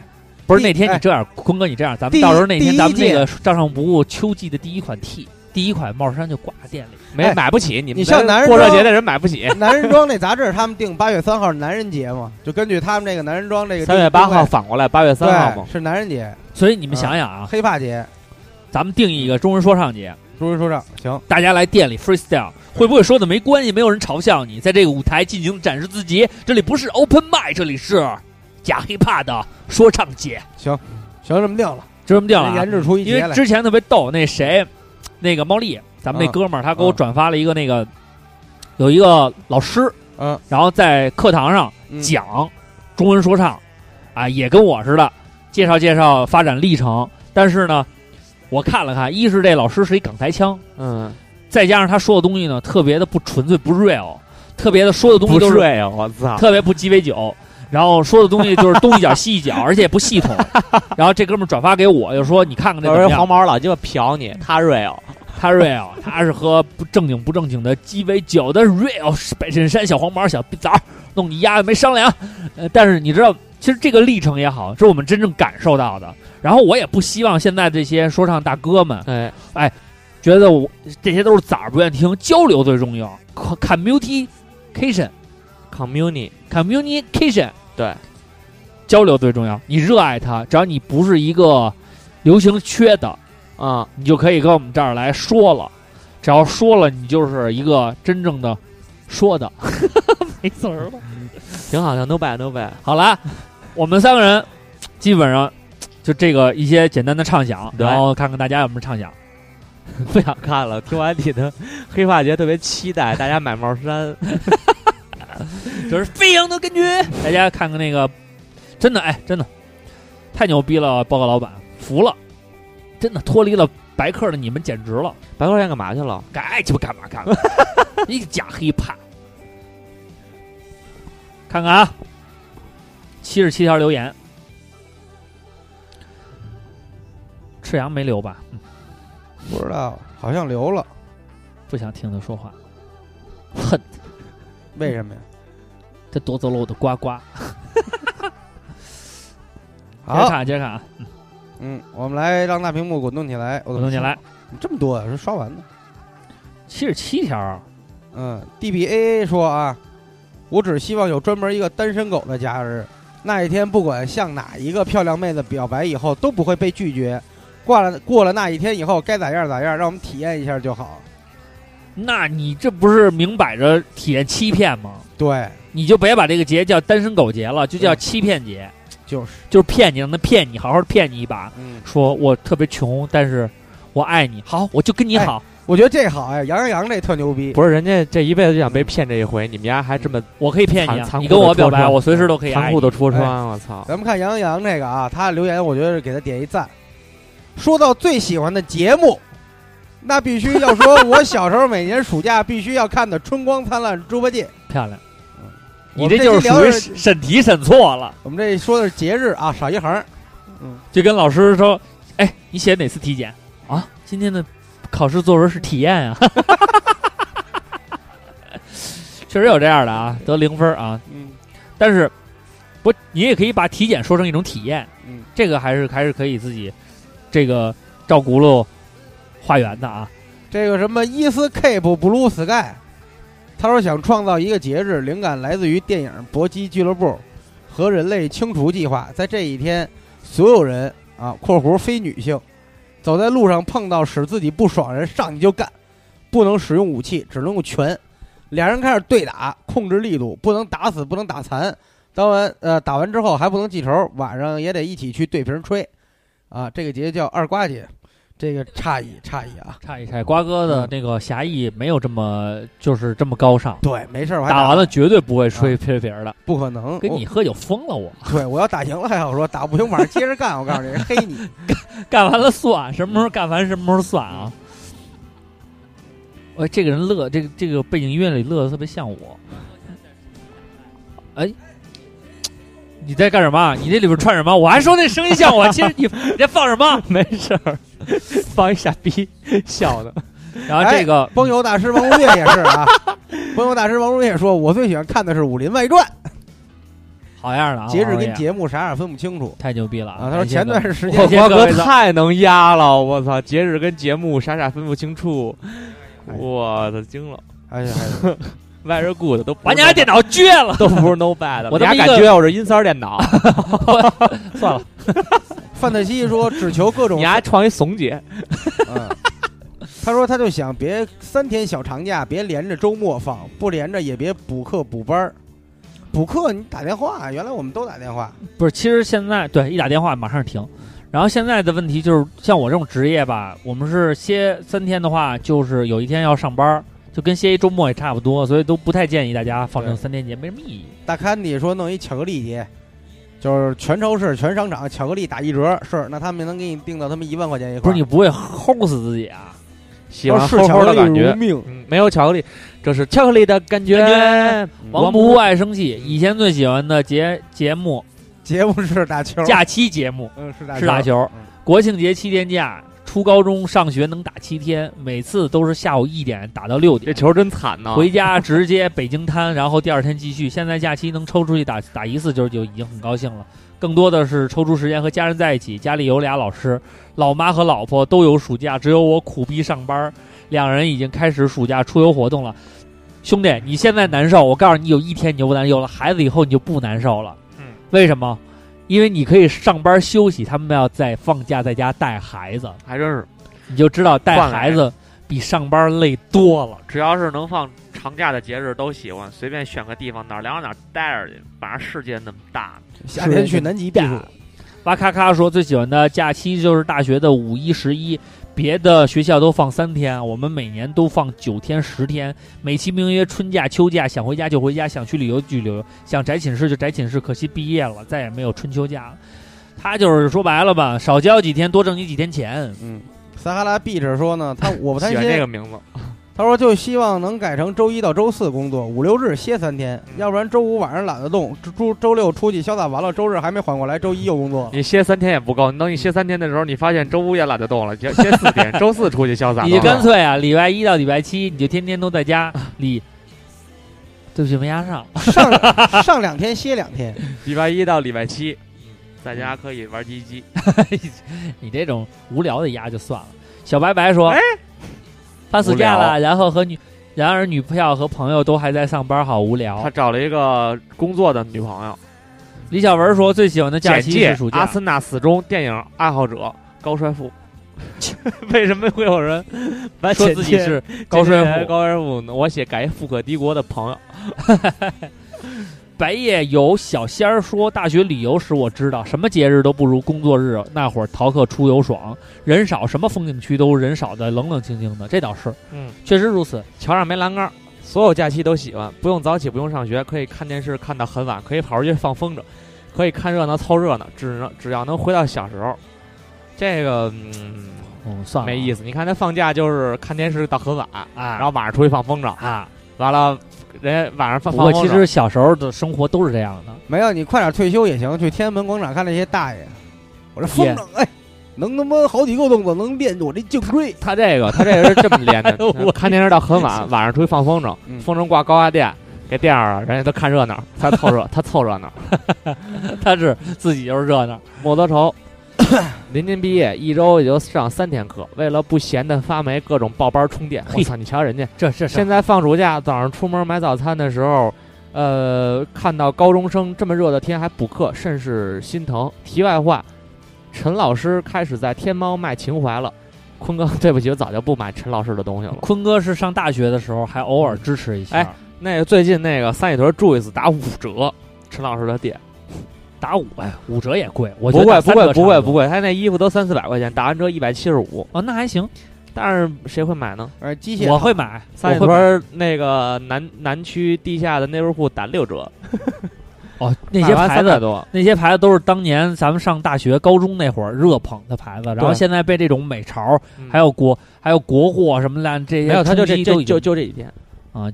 不是第那天哎你这样，坤哥你这样，咱第们一到时候那第天一咱们那届个照上不误秋季的第一款 T，第一款帽衫就挂在店里。没哎买不起，你你们像这男人过装热节的人买不起。男人装那杂志他们定八月三号男人节嘛，就根据他们这个男人装这个三月八号反过来，八月定三位号嘛对，是男人节，所以你们嗯想想啊，黑发节，咱们定义一个中文说唱节，中文说唱行。大家来店里 freestyle，会不会说的没关系，没有人嘲笑你，在这个舞台尽情展示自己。这里不是 open mic，这里是假 hiphop 的说唱节，行，这么定了，就这么定了啊、研制哎出一因节为来。之前特别逗，那谁，那个猫力，咱们那嗯哥们儿，他给我嗯转发了一个那个，有一个老师，嗯，然后在课堂上嗯讲中文说唱，啊，也跟我似的介绍介绍发展历程。但是呢，我看了看，一是这老师是一港台腔，嗯，再加上他说的东西呢，特别的不纯粹，不 real，特别的说的东西不都是睡啊！我操，特别不鸡尾酒，然后说的东西就是东一脚 [LAUGHS] 西一脚，而且也不系统。然后这哥们儿转发给我，就说你看看这有怎么人样黄？毛老鸡巴瞟你，他哦 real，他 real，他是喝不正经不正经的鸡尾酒的 real，白衬衫、小黄毛、小逼枣，弄你丫的没商量。呃，但是你知道，其实这个历程也好，是我们真正感受到的。然后我也不希望现在这些说唱大哥们哎，觉得我这些都是崽儿不愿听，交流最重要。communication community， communication 对，交流最重要。你热爱它，只要你不是一个流行缺的，嗯，你就可以跟我们这儿来说了。只要说了，你就是一个真正的说的，没词儿了。挺好，像 no bad no bad，好了，我们三个人基本上就这个一些简单的畅想，对然后看看大家有什么畅想。 [LAUGHS] 不想看了。听完你的黑发节，特别期待大家买帽衫。就是飞扬的感觉。大家看看那个，真的哎，真的太牛逼了！报告老板，服了，真的脱离了白客的你们简直了， [LAUGHS] 白块钱干嘛去了？该爱鸡巴干嘛干嘛， [LAUGHS] 一个假黑怕。看看啊，七十七条留言，赤阳没留吧？嗯不知道，好像留了，不想听他说话，恨为什么呀？他夺走了我的呱呱。接着好，看啊，接着看啊，嗯，我们来让大屏幕滚动起来，我我动起来，这么多呀，啊是刷完的。七十七条啊，嗯，DBA 说啊，我只希望有专门一个单身狗的假日，那一天不管向哪一个漂亮妹子表白以后都不会被拒绝。挂了过了那一天以后该咋样咋样，让我们体验一下就好。那你这不是明摆着体验欺骗吗？对，你就别把这个节叫单身狗节了，就叫嗯欺骗节，就是，就是骗你，让他骗你，好好骗你一把，嗯，说我特别穷，但是我爱你，好，我就跟你哎好，我觉得这好呀，哎杨洋洋这特牛逼。不是，人家这一辈子就想被骗这一回，你们家还这么我可以骗你残啊，残酷你地跟我表戳白，穿我随时都可以嗯残爱你。酷哎 [LAUGHS] [LAUGHS] 的戳穿，我操！咱们看杨洋洋这个啊，他留言我觉得是给他点一赞。说到最喜欢的节目，那必须要说我小时候每年暑假必须要看的《春光灿烂猪八戒》。漂亮。我嗯你们这就是期属聊于的审审题审错了，我们这说的是节日啊，少一行。就跟老师说：“哎，你写哪次体检啊？今天的考试作文是体验 [LAUGHS] 啊。” [LAUGHS] 确实有这样的啊，得零分啊。嗯，但是不，你也可以把体检说成一种体验，嗯，这个还是还是可以自己这个照轱辘画圆的啊。这个什么伊斯 Cape Blue Sky，他说想创造一个节日，灵感来自于电影《搏击俱乐部》和人类清除计划。在这一天，所有人啊（括弧非女性）走在路上碰到使自己不爽人，上去就干，不能使用武器，只能用拳。俩人开始对打，控制力度，不能打死，不能打残。当完呃打完之后还不能记仇，晚上也得一起去对瓶吹。啊，这个节叫二瓜节，这个差异差异啊。差一差，瓜哥的那个侠义没有这么就是这么高尚，哦对，没事儿，我还打完了绝对不会啊吹吹别人的，不可能，跟你喝酒疯了我。我对我要打赢了还好说，打不赢晚上接着干，我告诉你，黑你。干完了算，什么时候干完什么时候算啊。哎，这个人乐，这个这个背景音乐里乐的特别像我。哎，你在干什么？你这里边串什么？我还说那声音像 [LAUGHS] 我，其实你你在放什 [LAUGHS] 么？没事儿，放一傻逼笑的。然哎后这个、崩油大师王如月也是啊，崩油大师王如月说，我最喜欢看的是《武林外传好样的》，啊！节日王爷跟节目啥样分不清楚太牛逼了啊。他说前段时间谢 [LAUGHS] 我谢瓜各哥位的太能压了，我操！节日跟节目傻傻分不清楚，哎我操，惊了。哎呀，哎呀 Very good，都把你家电脑撅了， [LAUGHS] 都不是 no bad， [LAUGHS] 我俩这么一个感觉我是阴三儿 [LAUGHS] 电脑，算 [LAUGHS] 了，范特西说只求各种你，还创一怂姐，嗯，他说他就想别三天小长假，别连着周末放，不连着也别补课补班儿。补课你打电话，原来我们都打电话，不是，其实现在对一打电话马上停。然后现在的问题就是，像我这种职业吧，我们是歇三天的话，就是有一天要上班儿，就跟歇一周末也差不多，所以都不太建议大家放成对三天节，没什么意义。大康迪说弄一巧克力节，就是全超市、全商场巧克力打一折，是那他们能给你定到他们一万块钱一不块儿。是你不会齁死自己啊？喜欢是齁巧齁克的力感如觉，命，嗯，没有巧克力，这是巧克力的感觉感。王不不爱生气，以前最喜欢的节节目，节目是打球，假期节目嗯是打是打球嗯，国庆节七天假，初高中上学能打七天，每次都是下午一点打到六点这。球真惨呐！回家直接北京摊，然后第二天继续。现在假期能抽出去打打一次就就已经很高兴了，更多的是抽出时间和家人在一起。家里有俩老师，老妈和老婆都有暑假，只有我苦逼上班儿。两人已经开始暑假出游活动了。兄弟，你现在难受，我告诉你，有一天你就不难受了，孩子以后你就不难受了。嗯，为什么？因为你可以上班休息，他们要在放假在家带孩子，还真是，你就知道带换来孩子比上班累多了。只要是能放长假的节日都喜欢，随便选个地方哪儿凉哪儿待着去，反正世界那么大，夏天去南极避暑，哇咔咔说最喜欢的假期就是大学的五一、十一，别的学校都放三天，我们每年都放九天、十天，美其名曰春假、秋假，想回家就回家，想去旅游就去旅游，想宅寝室就宅寝室。可惜毕业了，再也没有春秋假了。他就是说白了吧，少交几天，多挣你几天钱。嗯。撒哈拉 B 着说呢，他我不担喜心欢，这个名字。他说就希望能改成周一到周四工作，五六日歇三天，要不然周五晚上懒得动，周周周六出去潇洒完了，周日还没缓过来，周一又工作了。你歇三天也不够，等你歇三天的时候，你发现周五也懒得动了，歇歇四天，周四出去潇洒。你就干脆啊，礼拜一到礼拜七，你就天天都在 [LAUGHS] 家。礼，对不起，没押上。 [LAUGHS] 上上两天歇两天，礼拜一到礼拜七，在家可以玩鸡鸡。你这种无聊的压就算了。小白白说：“哎，放暑无假聊了，然后和女，然而女票和朋友都还在上班，好无聊他。找了一个工作的女朋友。”李小文说：“最喜欢的假简期是介暑：阿假。森纳死忠电影爱好者高帅富。为什么会有人把”说简自己介是高帅富，高帅富呢？我写改《富可敌国的朋友》，白夜有小仙儿说，大学旅游时我知道，什么节日都不如工作日那会儿逃课出游爽，人少，什么风景区都是人少的，冷冷清清的，这倒是，嗯，确实如此。桥上没栏杆儿，所有假期都喜欢，不用早起，不用上学，可以看电视看到很晚，可以跑出去放风筝，可以看热闹凑热闹，只能只要能回到小时候。这个嗯嗯，算了，没意思思。你看他放假就是看电视到很晚，啊。然后晚上出去放风筝，啊，完了人家晚上放不放过风其筝实小时候的生活都是这样的， [LAUGHS] 没有，你快点退休也行，去天安门广场看那些大爷。我这风筝，哎，能他妈好几个动作，能练我这颈椎。他这个他这个是这么练哎的呦，我看电视到很晚，晚上出去放风筝，嗯风筝挂高压电。给电上了，人家都看热闹，他凑热，他凑热闹。他是自己就是热闹，莫多愁 [COUGHS] 临近毕业，一周也就上三天课，为了不闲的发霉，各种报班充电。我嘿操，你瞧人家这这是现在放暑假，早上出门买早餐的时候，呃，看到高中生这么热的天还补课，甚是心疼。题外话，陈老师开始在天猫卖情怀了。坤哥， [LAUGHS] 对不起，我早就不买陈老师的东 [LAUGHS] 西了。坤哥是上大学的时候还偶尔支持一下，哎那个最近那个三里屯住一次打五折，陈老师的店打五哎，五折也贵，我觉得不贵打不三贵折不差贵多不贵，他那衣服都三四百块钱，打完折一百七十五，哦，那还行，但是谁会买呢？而哎机械我会买，三里我会买屯那个南南区地下的 neighborhood 打六折，哦，那些买完牌300子多，那些牌子都是当年咱们上大学、高中那会儿热捧的牌子，然后对现在被这种美潮，嗯还有国还有国货什么的这些冲击都已经，没有，他就这这就就这几天啊。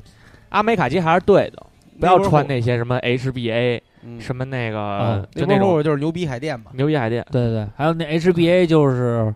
阿美卡基还是对的，不要穿那那些什么 HBA 嗯什么那哦个，就那那波种户就是牛逼海淀嘛。牛逼海淀、对对对，还有那 HBA 就是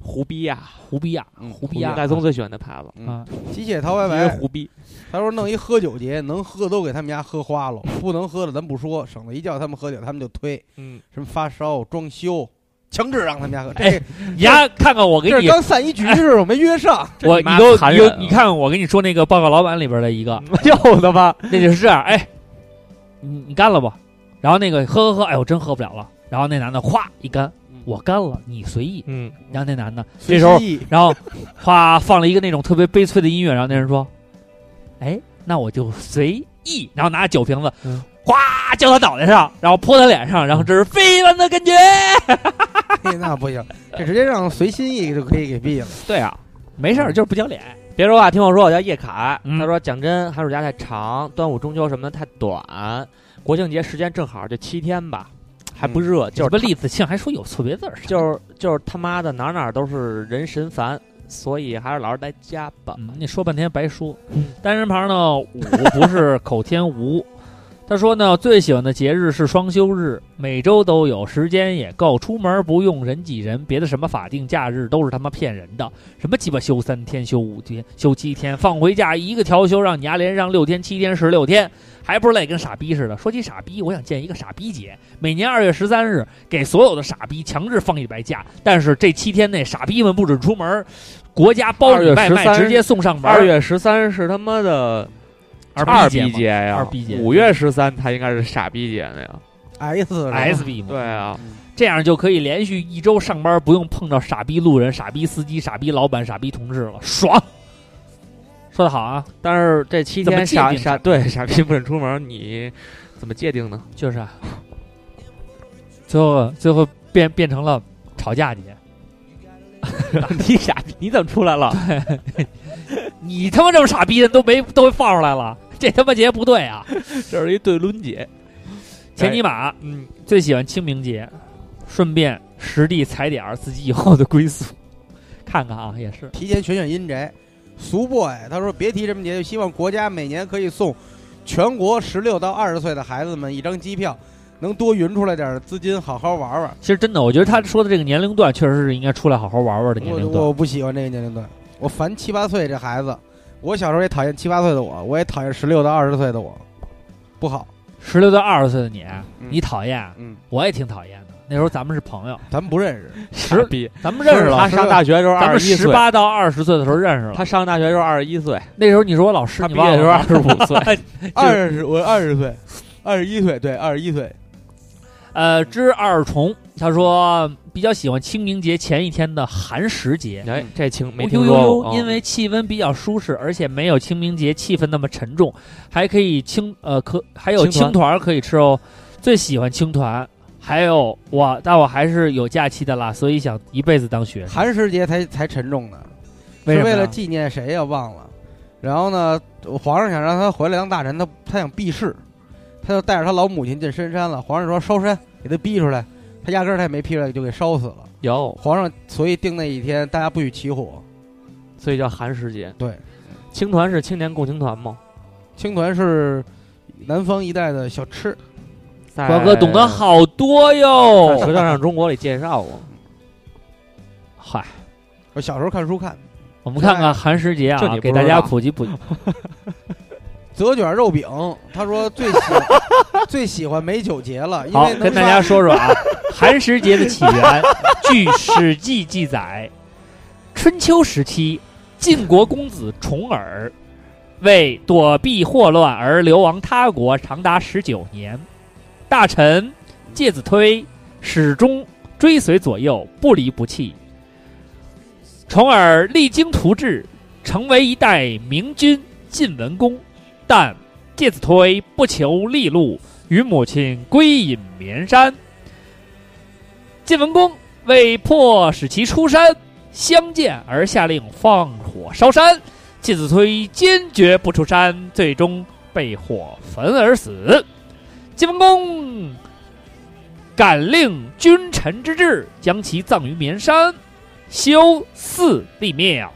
胡逼啊呀、胡逼亚，嗯胡逼亚戴宗最喜欢的牌子，嗯啊，机械陶白因白，为胡逼。他说弄一喝酒节，能喝都给他们家喝花 [LAUGHS] 了，不能喝的咱不说，省得一叫他们喝酒，他们就推嗯，什么发烧、装修，强制让他们家喝。这你呀，看看我给这是你，刚散一局是我没约 [LAUGHS] 上，我这你你妈给我残你给我忍啊你看看我给你说那个报告老板里边的一 [LAUGHS] 个，又他妈那就是这样，哎，你你干了吧，然后那个喝喝喝，哎呦，真喝不了了，然后那男的咵一干，我干了，你随意，嗯，然后那男的随这时候心意然后哗放了一个那种特别悲催的音乐，然后那人说：“哎，那我就随意。”然后拿酒瓶子嗯哗浇他脑袋上，然后泼他脸上，然后这是飞吻的感觉。嗯 [LAUGHS] 那不行，这直接让随心意就可以给毙了。对啊。没事儿，就是不交脸。别说啊话，听我说，我叫叶凯。嗯他说：“讲真，寒暑假太长，端午、中秋什么的太短，国庆节时间正好就七天吧，还嗯不热，就什是么栗子庆还说有错别字儿啥的，就是就是他妈的哪哪都是人神烦，所以还是老实待家吧。嗯，你说半天白说。单人旁呢，五不是口天吴。他说呢，最喜欢的节日是双休日，每周都有，时间也够，出门不用人挤人。别的什么法定假日都是他妈骗人的，什么鸡巴休三天、休五天、休七天，放回假一个调休，让你丫连上六天、七天、十六天，还不是累跟傻逼似的。说起傻逼，我想建一个傻逼节，每年二月十三日给所有的傻逼强制放一礼拜假，但是这七天内傻逼们不准出门，国家包你外2月卖13直接送上门。二月十三是他妈的二逼节呀，二逼节五月十三他应该是傻逼节呢呀。 S SB 嘛，对啊，这样就可以连续一周上班不用碰到傻逼路人、傻逼司机、傻逼老板、傻逼同事了，爽！说的好啊，但是这七怎么天界傻定傻对傻逼不准出门，你怎么界定呢？ [LAUGHS] 就是啊，最后最后变变成了吵架节，你傻逼，你怎么出来了？你他妈这么傻逼的都没都放出来了，这他妈节不对啊！ [LAUGHS] 这是一对抡节。前尼玛嗯，最喜欢清明节，顺便实地踩点儿自己以后的归宿，看看啊，也是提前选选阴宅。俗 boy 他说别提什么节，希望国家每年可以送全国十六到二十岁的孩子们一张机票，能多匀出来点资金好好玩玩。其实真的，我觉得他说的这个年龄段确实是应该出来好好玩玩的年我龄段。我不喜欢这个年龄段，我烦七八岁这孩子。我小时候也讨厌七八岁的我，我也讨厌十六到二十岁的我，不好。十六到二十岁的你，嗯你讨厌，嗯，我也挺讨厌的。那时候咱们是朋 [LAUGHS] 友，咱们不认识，傻逼，咱们认识了他。上大学的时候咱二们十一十岁，八到二十岁的时候认识了。他上大学的时候二十一岁，那时候你是我老师，他你毕忘业的了时候二吗？十五 [LAUGHS] 岁。哎二十我二十岁，二十一岁，对，二十一岁。呃，之二重，他说比较喜欢清明节前一天的寒食节。哎，这情没哦听呦呦说呦过，因为气温比较舒适，而且没有清明节气氛那么沉重，还可以青呃可还有青青团团儿可以吃哦。最喜欢青团，还有我，但我还是有假期的啦，所以想一辈子当学生。寒食节才才沉重呢，为是什么为呀了纪念谁呀？忘了。然后呢，皇上想让他回来当大臣，他他想避世，他就带着他老母亲进深山了。皇上说烧山，给他逼出来。他压根儿他也没批出来就给烧死了。有，皇上所以定那一天，大家不许起火。所以叫寒食节。对，青团是青年共青团吗？青团是南方一带的小吃，瓜哥懂得好。好多在《哟。舌战上中国》里介绍过，嗨，我小时候看书看我们看看寒食节这啊你，给不知大家道普及普及。折卷肉饼，他说最喜最喜欢 [LAUGHS] 美酒节了，因好为，能跟大刷家说说啊， [LAUGHS] 寒食节的起源，据《史记》记载，春秋时期，晋国公子重耳为躲避祸乱而流亡他国长达十九年，大臣介子推始终追随左右，不离不弃。重耳励精图治，成为一代明君晋文公，但介子推不求利禄，与母亲归隐绵山。晋文公为迫使其出山相见，而下令放火烧山。介子推坚决不出山，最终被火焚而死。晋文公感令君臣之志，将其葬于绵山，修寺立庙，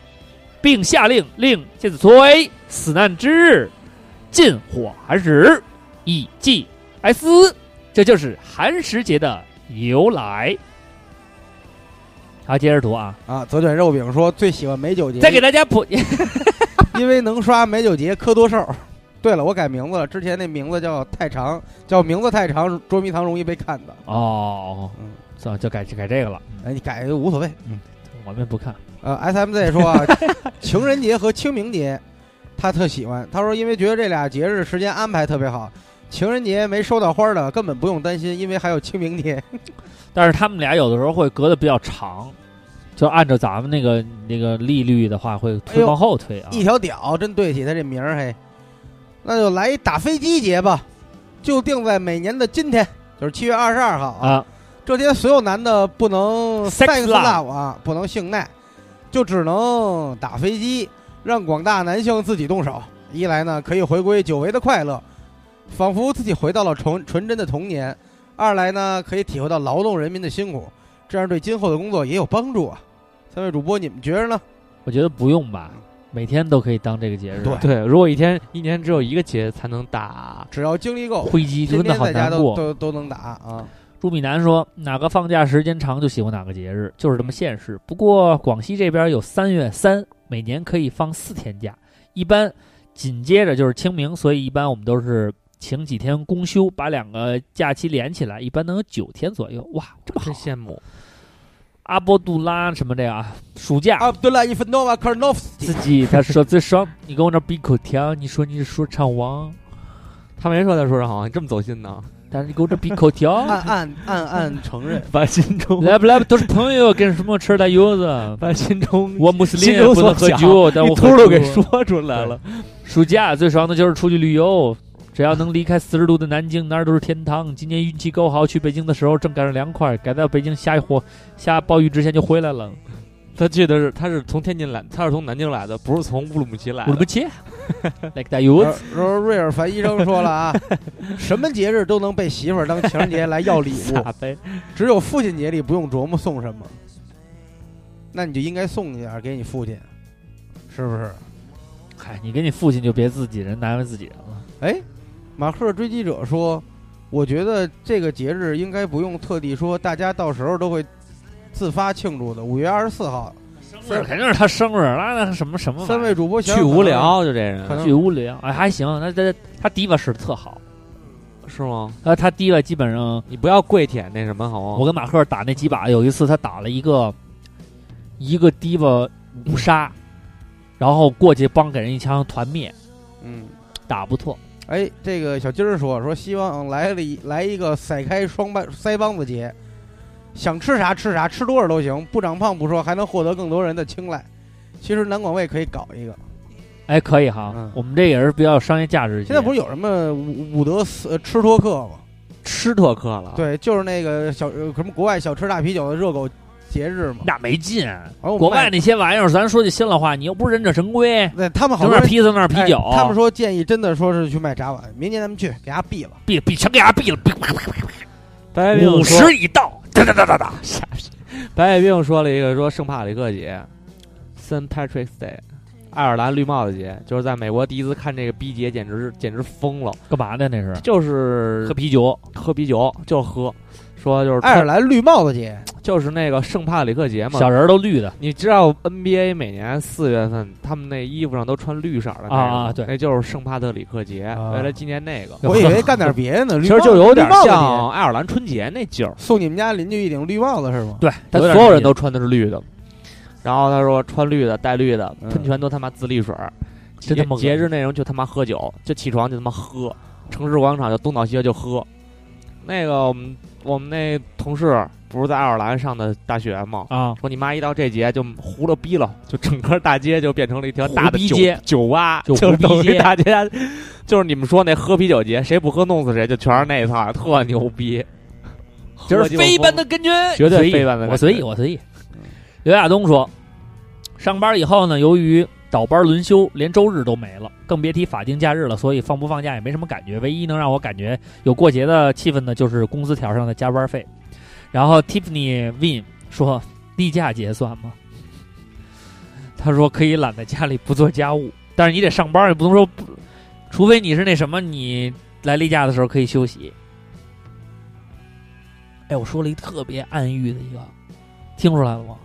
并下令令介子推死难之日尽火而止。以祭哀思，这就是寒食节的由来。好，接着读啊，啊，折卷肉饼说最喜欢美酒节，再给大家 [LAUGHS] 普，因为能刷美酒节磕多寿。对了，我改名字了，之前那名字叫太长，叫名字太长，捉迷藏容易被看到。哦嗯，算了，就改改这个了，哎，你改无所谓。我们不看。呃，SMZ 说啊，情人节和清明节，他特喜欢。他说，因为觉得这俩节日时间安排特别好，情人节没收到花的根本不用担心，因为还有清明节。但是他们俩有的时候会隔得比较长，就按照咱们那个那个利率的话，会哎推呦往后推啊。一条屌，真对得起他这名儿嘿。那就来一打飞机节吧，就定在每年的今天，就是七月二十二号啊。啊，这天所有男的不能 Sex sex love love 啊，不能性爱，就只能打飞机，让广大男性自己动手。一来呢，可以回归久违的快乐，仿佛自己回到了纯纯真的童年；二来呢，可以体会到劳动人民的辛苦，这样对今后的工作也有帮助啊。三位主播，你们觉着呢？我觉得不用吧，每天都可以当这个节日。嗯对对，如果一天一年只有一个节才能打，只要精力够，灰机天真的天好在家难都过。都都能打啊。朱米南说，哪个放假时间长就喜欢哪个节日，就是这么现实。不过广西这边有三月三，每年可以放四天假，一般紧接着就是清明，所以一般我们都是请几天公休，把两个假期连起来，一般能有九天左右。哇，这么好真！羡慕。阿波杜拉什么这个啊，暑假阿卜杜拉伊夫诺瓦科尔诺夫斯基自己他说最爽，你跟我那闭口条，你说你是说唱王，他没说他说的好，你这么走心呢？但是你给我这闭口条，暗暗暗暗承认，把心中来不来不都是朋友，跟什么吃的柚子。把心中我穆斯心林中不能喝所想酒，但我一喝秃噜给猪说出来了。暑假最爽的就是出去旅游，只要能离开四十度的南京，哪儿都是天堂。今年运气够好，去北京的时候正赶上凉快，赶到北京下一火下暴雨之前就回来了。他去的是他是从天津来，他是从南京来的，不是从乌鲁木齐来乌鲁的木。齐 [LAUGHS] ，like that [LAUGHS] you，呃说瑞尔凡医生说了啊，什么节日都能被媳妇儿当情人节来要礼 [LAUGHS] 物，傻呗，只有父亲节里不用琢磨送什么。那你就应该送一点儿给你父亲，是不是？嗨，你给你父亲就别自己人难为自己人了。哎，马克追击者说，我觉得这个节日应该不用特地说，大家到时候都会自发庆祝的。五月二十四号，生日肯定是他生日，那那什么什么玩意三儿位主播想去想可无能聊就这人可能巨无聊，哎还行，那这他迪吧使的特好，是吗？呃他迪吧基本上你不要跪舔那什么好哦吗？我跟马克打那几把，有一次他打了一个一个迪巴五杀，然后过去帮给人一枪团灭，嗯。打不错。哎，这个小金儿说说，希望来了一来一个甩开双帮腮帮子节，想吃啥吃啥，吃多少都行，不长胖不说，还能获得更多人的青睐。其实南广卫可以搞啊一个，哎，可以哈，嗯我们这也是比较有商业价值的节。现在不是有什么伍伍德斯、呃、吃托克吗？吃特克了。，对，就是那个小呃什么国外小吃大啤酒的热狗节日嘛。那没劲，然后我们国外卖那些玩意儿，咱说句心里话，你又不是忍者神龟，对他们好整点多人披萨弄点啤酒，啊哎他们说建议真的说是去卖炸嗯碗，明年咱们去给他毙了。闭闭全给他闭了，白五十一到，噔哒哒哒哒哒。傻逼白血病说了一个说圣帕里克节，St. Patrick's Day，爱尔兰绿帽子节，就是在美国第一次看这个逼节，简直简直疯了，干嘛的那是？就是喝啤酒，喝啤酒就喝，说就是爱尔兰绿帽子 [LAUGHS] 节，就是那个圣帕里克节嘛。小人儿都绿的，你知道 NBA 每年四月份他们那衣服上都穿绿色的那个啊啊对那就是圣帕特里克节，啊为了纪念那个。我以为干点别的呢。其绿实帽就有点绿帽子节像爱尔兰春节那劲儿，送你们家邻居一顶绿帽子是吗？对，但点所有这人意思都穿的是绿的。然后他说穿绿的带绿的，嗯喷泉都他妈自立水儿，真他妈恶心节日内容就他妈喝酒，就起床就他妈喝，城市广场就东倒西歪就喝。那个我们我们那同事不是在爱尔兰上的大学吗？啊，说你妈一到这节就糊了逼了，就整个大街就变成了一条大胡的逼酒街酒吧，就就胡是逼等于街大家就是你们说那喝啤酒节，谁不喝弄死谁，就全是那一套，特牛逼，就是喝鸡巴飞疯般的根菌，绝对随意飞般的我随意，我随意。刘亚东说，上班以后呢，由于倒班轮休，连周日都没了，更别提法定假日了，所以放不放假也没什么感觉。唯一能让我感觉有过节的气氛呢，就是工资条上的加班费。然后 Tiffany Win 说，例假结算吗？他说可以懒在家里不做家务，但是你得上班，也不能说不，除非你是那什么，你来例假的时候可以休息。哎，我说了一特别暗喻的一个，听出来了吗？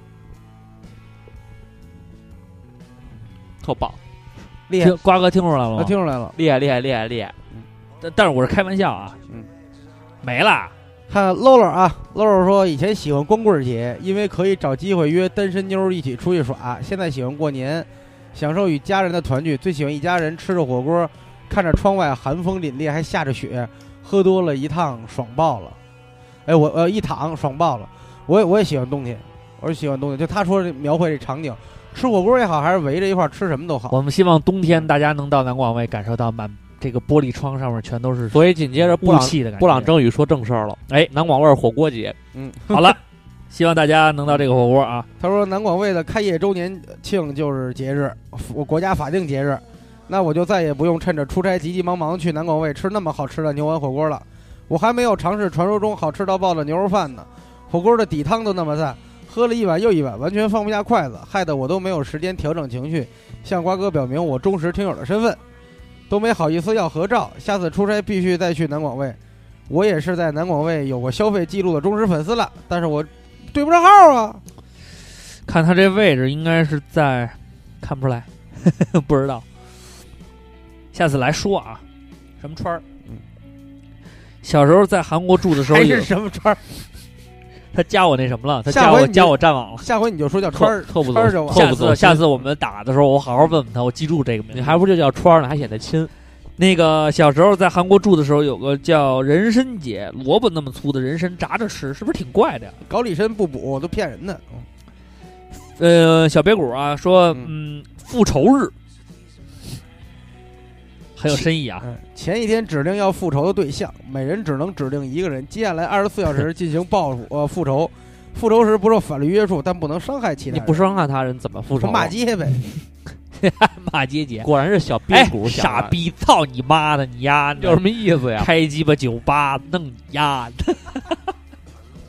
特棒，哎厉害听，瓜哥听出来了我啊吗？啊听出来了。厉害厉害厉害厉害！但但是我是开玩笑啊，嗯，没啦，看 Lolo 啊，Lolo 说以前喜欢光棍节，因为可以找机会约单身妞儿一起出去耍；现在喜欢过年，享受与家人的团聚，最喜欢一家人吃着火锅，看着窗外寒风凛冽，还下着雪，喝多了一趟爽爆了。哎，我呃一躺爽爆了，我也我也喜欢冬天，我也喜欢冬天。就他说这描绘这场景，吃火锅也好，还是围着一块儿吃什么都好。我们希望冬嗯天大家能到南广卫感受到满这个玻璃窗上面全都是所以紧接着布雾朗气的感觉。布朗正宇说正事儿了，哎，南广味儿火锅节，好了，希望大家能到这个火锅啊，他说南广卫的开业周年庆就是节日，我国家法定节日，那我就再也不用趁着出差急急忙忙去南广卫吃那么好吃的牛丸火锅了。我还没有尝试传说中好吃到爆的牛肉饭呢，火锅的底汤都那么赞，喝了一碗又一碗，完全放不下筷子，害得我都没有时间调整情绪，向瓜哥表明我忠实听友的身份，都没好意思要合照。下次出差必须再去南广卫。我也是在南广卫有过消费记录的忠实粉丝了，但是我对不上号啊。看他这位置应该是在，看不出来，不知道。下次来说啊，什么川儿？小时候在韩国住的时候还有是，什么川儿？他加我那什么了，他下加回我你加我战网了。下回你就说叫特川儿，特不川走儿就完下特不走次心下次我们打的时候，我好好问问他，我记住这个名字。你还不就叫川儿呢，还显得亲。那个小时候在韩国住的时候，有个叫人参姐，萝卜那么粗的人参炸着吃，是不是挺怪的呀？搞里参不补都骗人的。呃，小别谷啊说，嗯，复仇日很有深意啊。嗯，前一天指定要复仇的对象，每人只能指定一个人，接下来二十四小时进行报复呃复仇。复仇时不受法律约束，但不能伤害其他你人。不伤害他人怎么复不仇？ [LAUGHS] 骂街呗？骂街姐，果然是小啊逼哎，骨，傻，逼，操你妈的，你丫的哎有什么意思呀？开鸡巴酒吧弄你丫的！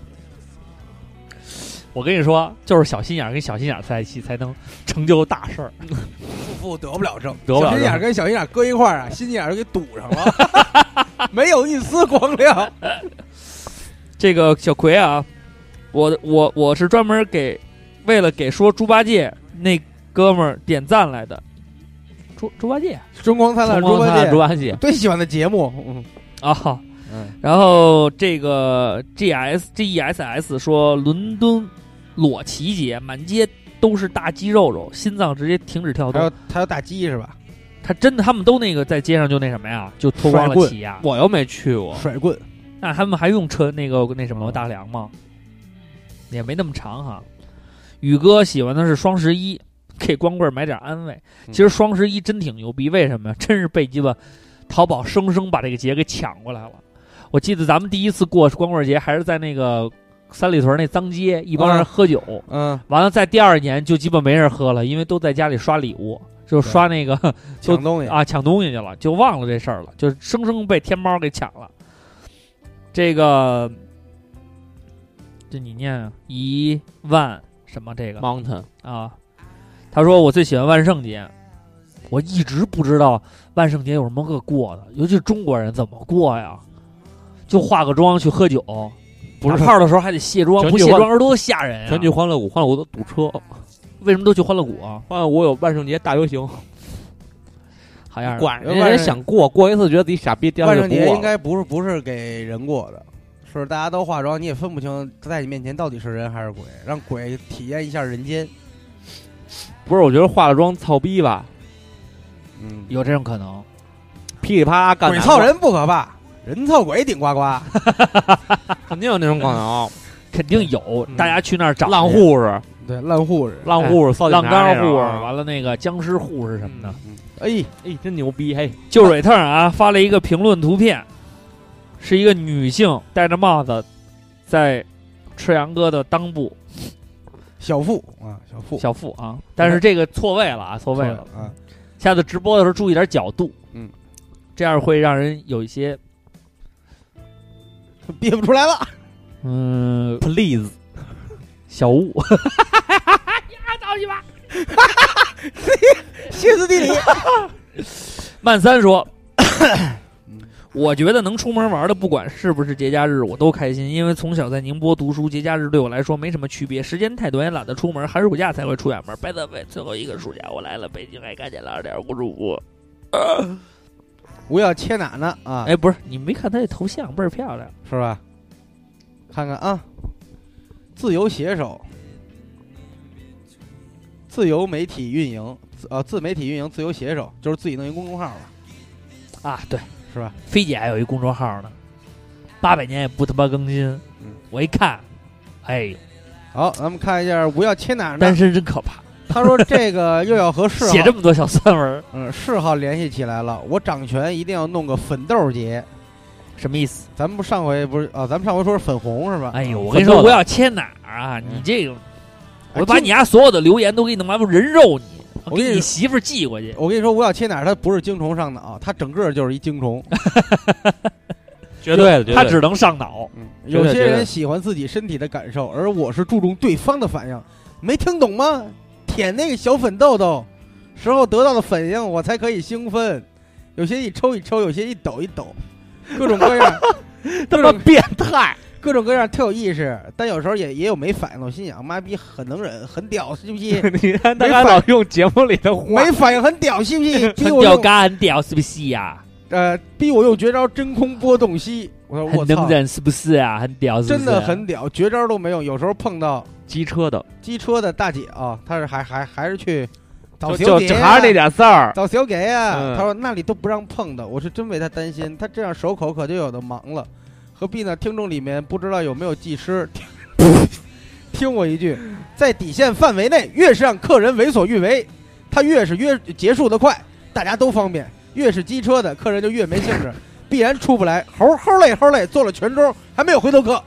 [LAUGHS] 我跟你说，就是小心眼儿跟小心眼儿在一起，才能成就大事儿。负负得不了正，得不了小心眼儿正跟小心眼儿搁一块儿啊，心眼儿就给堵上了，没有一丝光亮。这个小葵啊，我我我是专门给为了给说猪八戒那哥们儿点赞来的。猪猪八戒中光灿烂猪中国八灿烂猪戒，八戒，最喜欢的节目。嗯啊、嗯，然后这个 G S G E S S 说伦敦裸骑节，满街都是大肌肉肉，心脏直接停止跳还动有。还有大鸡是吧？他真的，他们都那个在街上就那什么呀，就脱光甩了棍骑呀。我又没去过，甩棍，那他们还用车那个那什么大梁吗？也没那么长哈。宇哥喜欢的是双十一， [LAUGHS] 给光棍儿买点安慰。其实双十一真挺牛逼，为什么呀？真是被鸡巴淘宝生生把这个节给抢过来了。我记得咱们第一次过光棍节还是在那个三里屯那脏街，一帮人嗯喝酒，嗯，完了在第二年就鸡巴没人喝了，因为都在家里刷礼物，就刷那个都抢东西啊，抢东西去了，就忘了这事儿了，就生生被天猫给抢了。这个这你念啊，一万什么这个 [LAUGHS] Mountain 啊？他说我最喜欢万圣节，我一直不知道万圣节有什么可过的，尤其是中国人怎么过呀？就化个妆去喝酒，不是打炮的时候还得卸妆，全不聚卸欢妆人多吓人呀！全去欢乐谷，欢乐谷都堵车，为什么都去欢乐谷啊？欢乐谷有万圣节大游行，好像是管人有家万人圣想过，过一次觉得自己傻逼，第二万次圣就不节过应了。该不是不是给人过的，是大家都化妆，你也分不清在你面前到底是人还是鬼，让鬼体验一下人间。不是，我觉得化了妆操逼吧，嗯，有这种可能。噼里啪啦干。鬼操，人不可怕，人操鬼顶呱呱。肯定有那种可能。肯定有，嗯大家去那儿找浪护士，对，烂护士，哎浪护士，扫浪警察杆那护士，种啊完了那个僵尸护士什么的。哎，哎，真牛逼！嘿，就瑞特啊发了一个评论图片，是一个女性戴着帽子，在赤羊哥的裆部小腹啊，小腹，小腹啊，但是这个错位了啊，错位了。啊，下次直播的时候注意点角度，嗯，这样会让人有一些憋不出来了。嗯，please 小误。 [LAUGHS] 歇斯底里。 [LAUGHS] 曼三说：“ [COUGHS] 我觉得能出门玩的，不管是不是节假日，我都开心，因为从小在宁波读书，节假日对我来说没什么区别，时间太短也懒得出门，寒暑假才会出远门。拜拜拜，最后一个暑假我来了北京，还看见了二点五主播。我要切哪呢？啊，哎，不是，你没看他这头像倍儿漂亮，是吧？看看啊，自由写手，自由媒体运营，自呃，自媒体运营，自由写手，就是自己弄一公众号了，啊？对，是吧？菲姐还有一公众号呢，八百年也不他妈更新嗯。我一看，哎，好，咱们看一下我要切哪呢单？身真可怕，他说这个 [LAUGHS] 又要和嗜好写这么多小散文儿，嗯嗜好联系起来了，我掌权一定要弄个粉豆节。什么意思？咱们不上回不是啊？咱们上回说是粉红是吧？哎呦，我跟奋你斗说，的我要切哪儿啊？你嗯这个。”啊哎我把这你家所有的留言都给你他妈人肉你，我给跟你你媳妇儿寄过去。我跟你说，我要切哪儿，它不是精虫上脑，它整个就是一精虫。绝对的，绝他对的只能上脑，有绝些对人喜欢自己身体的感受，而我是注重对方的反应。没听懂吗？舔那个小粉豆豆时候得到的反应，我才可以兴奋。有些一抽一抽，有些一抖一抖，各种 [LAUGHS] 各样，他妈变态。各种各样特有意识。但有时候也也有没反应的，我心想妈逼很能忍，很屌，信 [LAUGHS] 不信？ [LAUGHS] 你看大家老用节目里的话没，反应很屌，信不 [LAUGHS] 信？逼我掉用嘎很屌，是不啊是呀？呃，逼我用绝招真空波动吸。我说我很操能，忍，是不是啊？很屌，是不真是？的很屌，绝招都没用。有时候碰到机车的，机车的大姐啊，她是还还还是去找就小就姐就还是那点点事儿。找小给啊。嗯她说那里都不让碰的，我是真为她担心，她这样手口可就有的忙了，何必呢？听众里面不知道有没有技师，听 [LAUGHS] 听我一句，在底线范围内，越是让客人为所欲为，他越是约结束的快，大家都方便；越是机车的客人就越没兴致，必然出不来。猴猴累猴累，做了全钟还没有回头客，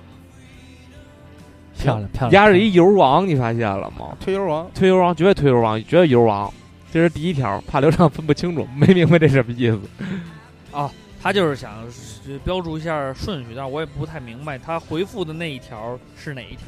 漂亮漂亮。压着一油王，你发现了吗？推油王。推油王绝对推油王，绝对油王。这是第一条，怕流畅分不清楚， [LAUGHS] 没明白这什么意思。他就是想呃标注一下顺序，但我也不太明白他回复的那一条是哪一条，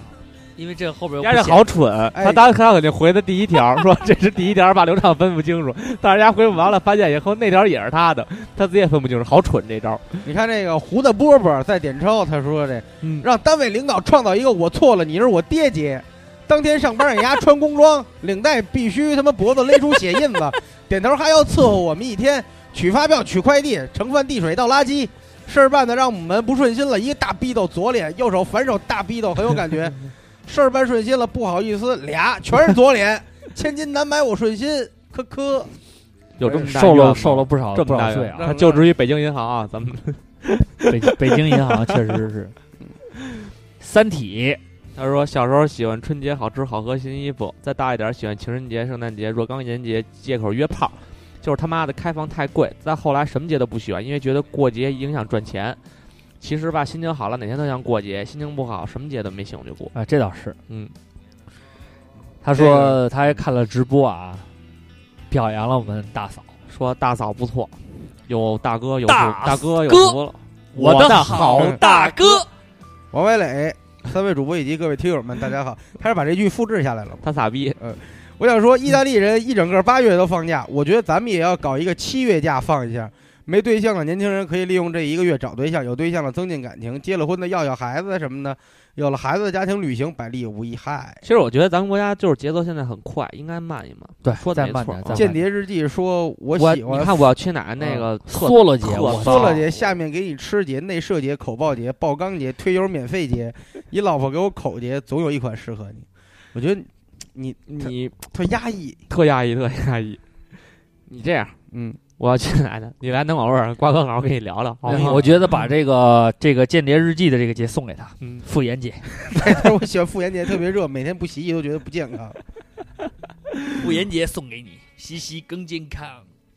因为这后边又不压着写好蠢，哎他当他肯定回的第一条， [LAUGHS] 说这是第一条，怕流畅分不清楚。但是人家回复完了，发现以后那条也是他的，他自己也分不清楚，好蠢这招。你看这个胡的波波在点钞，他说这嗯让单位领导创造一个我错了，你是我爹节。当天上班让丫穿工装，领带必须他妈脖子勒出血印子， [LAUGHS] 点头哈腰伺候我们一天，取发票、取快递、盛饭递水倒垃圾，事儿办的让我们不顺心了，一个大逼斗左脸，右手反手大逼斗很有感觉，事儿办顺心了不好意思俩全是左脸， [LAUGHS] 千金难买我顺心，科科。有这么哎大受冤吗了受了不少这不么少大罪冤啊！他就职于北京银行啊，咱们北北京银行确实是。三体他说小时候喜欢春节好吃好喝新衣服，再大一点喜欢情人节、圣诞节、若干年节借口约炮，就是他妈的开房太贵。再后来什么节都不喜欢，因为觉得过节影响赚钱。其实吧，心情好了哪天都想过节，心情不好什么节都没兴趣过。啊，这倒是。嗯，他这说他还看了直播啊，表扬了我们大嫂。说大嫂不错，有大哥有大大哥有哥福了。我的好大哥，王伟磊三位主播以及各位听友们，大家好。他是把这句复制下来了吗？他傻逼，我想说，意大利人一整个八月都放假，我觉得咱们也要搞一个七月假放一下。没对象的年轻人可以利用这一个月找对象，有对象的增进感情，结了婚的要要孩子什么的，有了孩子的家庭旅行百利无一害。其实我觉得咱们国家就是节奏现在很快，应该慢一慢。对，说得再没慢错点啊，再慢间点谍日记说，我我喜欢你看我要啊去哪儿那个特缩了节，特我说操了节，下面给你吃节、内射节、口爆节、爆缸节、推油免费节，你老婆给我口节，总有一款适合你。我觉得你你特压抑，特压抑，特压抑。你这样，嗯， [LAUGHS] 我要去哪儿呢？你来南广味儿，瓜哥好好跟你聊聊。好吗然哎后我觉得把这个这个《间谍日记》的这个节送给他，嗯傅炎节。但是我喜欢妇炎洁，特别热，每天不洗衣都觉得不健康。傅炎节送给你，洗洗更健康。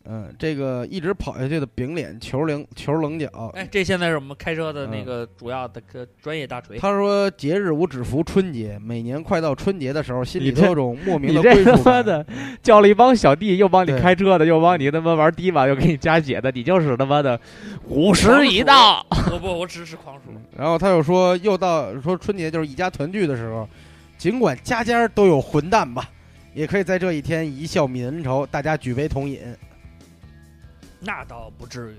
嗯，这个一直跑下去的饼脸球棱球棱角，哎，这现在是我们开车的嗯那个主要的个专业大 [LAUGHS] 锤。他说节日我只服春节，每年快到春节的时候，心里你都这有种莫名你的这归他属妈感。的叫了一帮小弟，又帮你对开车的，又帮你他妈玩迪吧，又给你加血的，你就是他妈的五十一道。我不，我只是狂说。然后他又说，又到说春节就是一家团聚的时候，尽管家家都有混蛋吧，也可以在这一天一笑泯恩仇，大家举杯同饮。那倒不至于，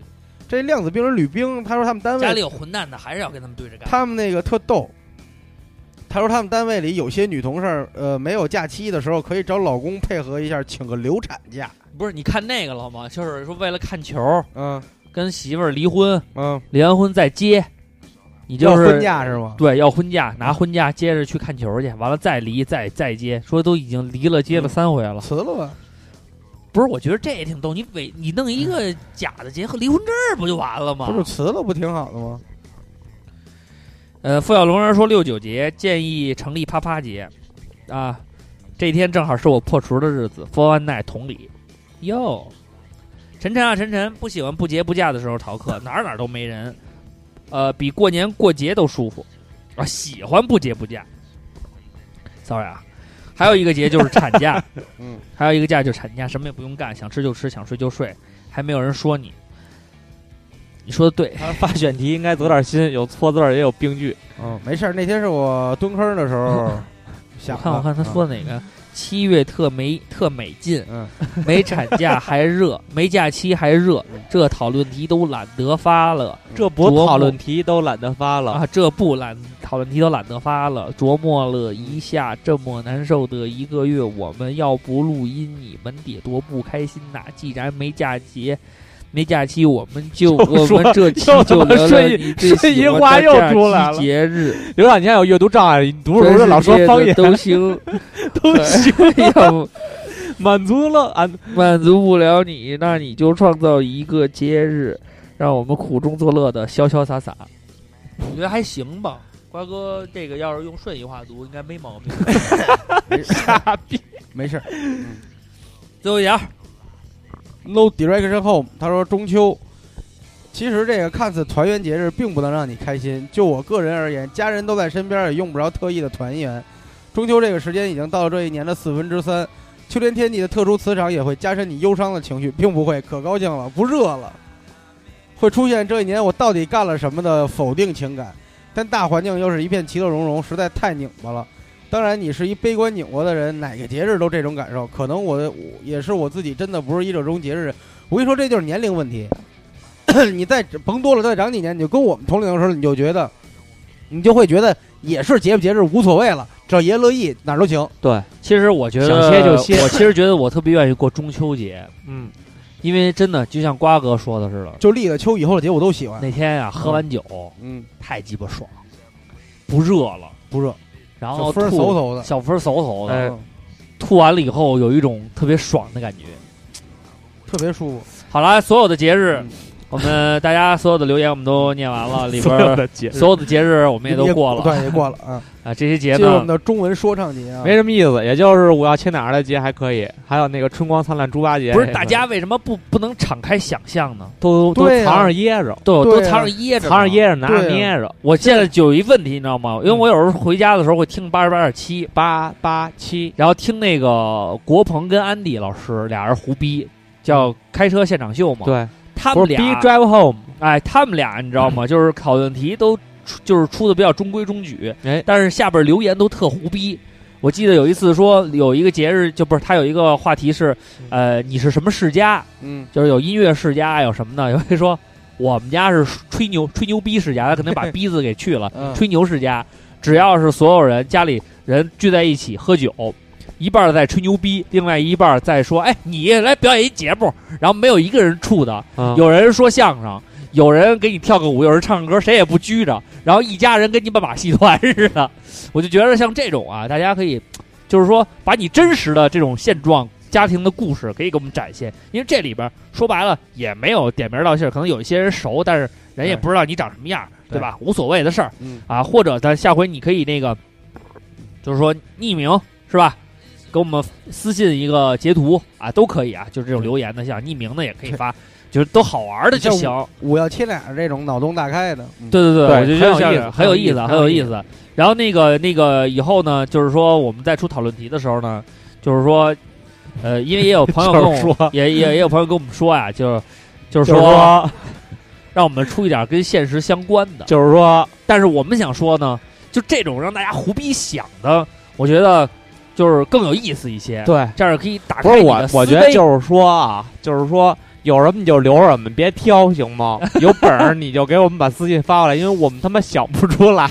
这量子兵人吕冰，他说他们单家位里有混蛋的，还是要跟他们对着干。他们那个特逗。他说他们单位里有些女同事儿，呃，没有假期的时候可以找老公配合一下，请个流产假。不是，你看那个了吗？就是说为了看球，嗯跟媳妇儿离婚，嗯，离完婚再接，你就要是婚假是吗？对要婚假，拿婚假接着去看球去，完了再离，再再接，说都已经离了嗯接了三回了。辞了吧。不是，我觉得这也挺逗，你伪你弄一个假的结合离婚证儿不就完了吗不？是辞了不挺好的吗？呃，付小龙人说六九节建议成立啪啪节，啊，这一天正好是我破除的日子。f o r one night 同理，哟，晨晨啊晨晨，不喜欢不节不假的时候逃课，哪儿哪儿都没人，呃，比过年过节都舒服啊。喜欢不节不假，sorry 啊，还有一个节就是产假，嗯，还有一个假就是产假，什么也不用干，想吃就吃，想睡就睡，还没有人说你。你说的对，发选题应该走点心，有错字儿也有病句。嗯，没事儿。那天是我蹲坑的时 [LAUGHS] 候我想的，看我看他说哪个，七月特没特美劲，嗯，没产 [LAUGHS] 假还热，没假期还热，嗯这讨论题都懒得发了这不不讨讨论论题都懒得发了。啊！这不懒讨论题都懒得发了，琢磨了一下这么难受的一个月，我们要不录音，你们得多不开心呐、既然没假节。没假期，我们就我说们这期又他就妈聊聊顺你一最顺喜一欢花的又假出期来了节日，刘老，你现在有阅读障碍，你读着读着老说全世界的方言， [LAUGHS] 都行，哎都 [LAUGHS] 行，要不满足了啊！满足不了你，那你就创造一个节日，让我们苦中作乐的潇潇洒洒。我觉得还行吧，瓜哥这个要是用顺义话读，应该没毛病。没事儿。最后一条， No direction home，他说中秋。其实这个看似团圆节日，并不能让你开心。就我个人而言，家人都在身边，也用不着特意的团圆。中秋这个时间已经到了这一年的四分之三，秋天天气的特殊磁场也会加深你忧伤的情绪，并不会可高兴了，不热了，会出现这一年我到底干了什么的否定情感。但大环境又是一片其乐融融，实在太拧巴了。当然，你是一悲观拧巴的人，哪个节日都这种感受。可能我我也是我自己，真的不是一种种节日。我跟你说，这就是年龄问题。 [CLEARS THROAT] 你再甭多了，再长几年，你就跟我们同龄的时候，你就觉得，你就会觉得也是节不节日无所谓了，只要爷乐意哪儿都行。其实我觉得想歇就歇我其实觉得我特别愿意过中秋节，嗯，因为真的就像瓜哥说的似的，就立了秋以后的节我都喜欢。那天呀、喝完酒、嗯，太鸡巴爽，不热了，不热，然小后分儿吐嗖嗖的。小分儿嗖嗖的，哎嗯吐完了以后有一种特别爽的感觉。特别舒服。好了，所有的节日嗯，我们大家所有的留言我们都念完 [LAUGHS] 了，里边所有儿的节日所有的节日我们也都过了对，也过了 [LAUGHS] 啊。啊。这些节进入我呢们，的中文说唱节啊，没什么意思，也就是我要去哪儿的节还可以，还有那个春光灿烂猪八节，不是大家为什么不不能敞开想象呢？都都对啊藏着掖着，都有对都啊藏着掖着，藏着。掖着，拿着对啊捏着，我现在有一问题，你知道吗？因为我有时候回家的时候会嗯听八十八点七，八八七，然后听那个国鹏跟安迪老师俩人胡逼，叫开车现场秀嘛。嗯对，啊他不们是 B 俩 drive home，哎，他们俩你知道吗？就是考论题都出就是出的比较中规中矩，哎但是下边留言都特胡逼。我记得有一次说有一个节日，就不是他有一个话题是，呃，你是什么世家？嗯，就是有音乐世家，有什么呢？有 [LAUGHS] 人说我们家是吹牛吹牛逼世家，他可能把逼字给去了，嗯吹牛世家。只要是所有人家里人聚在一起喝酒，一半儿在吹牛逼，另外一半儿在说：“哎，你来表演一节目。”然后没有一个人怵的，啊有人说相声，有人给你跳个舞，有人唱歌，谁也不拘着，然后一家人跟你把马戏团似的。我就觉得像这种啊，大家可以，就是说把你真实的这种现状、家庭的故事可以给我们展现，因为这里边儿说白了也没有点名道姓，可能有一些人熟，但是人也对不知道你长什么样儿，对吧？无所谓的事儿嗯啊，或者咱下回你可以那个，就是说匿名是吧？给我们私信一个截图啊，都可以啊，就是这种留言的，像匿名的也可以发，就是都好玩的就行。五幺七俩这种脑洞大开的，嗯对对对，对我就觉得很有像意是思很有意思，很有意思很有意思。然后那个那个以后呢，就是说我们再出讨论题的时候呢，就是说，呃，因为也有朋友跟我 [LAUGHS] 就是说也也也有朋友跟我们说呀、就是就是就是说说，让我们出一点跟现实相关的。就是说，但是我们想说呢，就这种让大家胡逼想的，我觉得就是更有意思一些。对，这样可以打不开是你我的，思我觉得维就是说啊，就是说。有什么你就留什么，别挑，[LAUGHS] 行吗？有本儿你就给我们把私信发过来，因为我们他妈想不出来。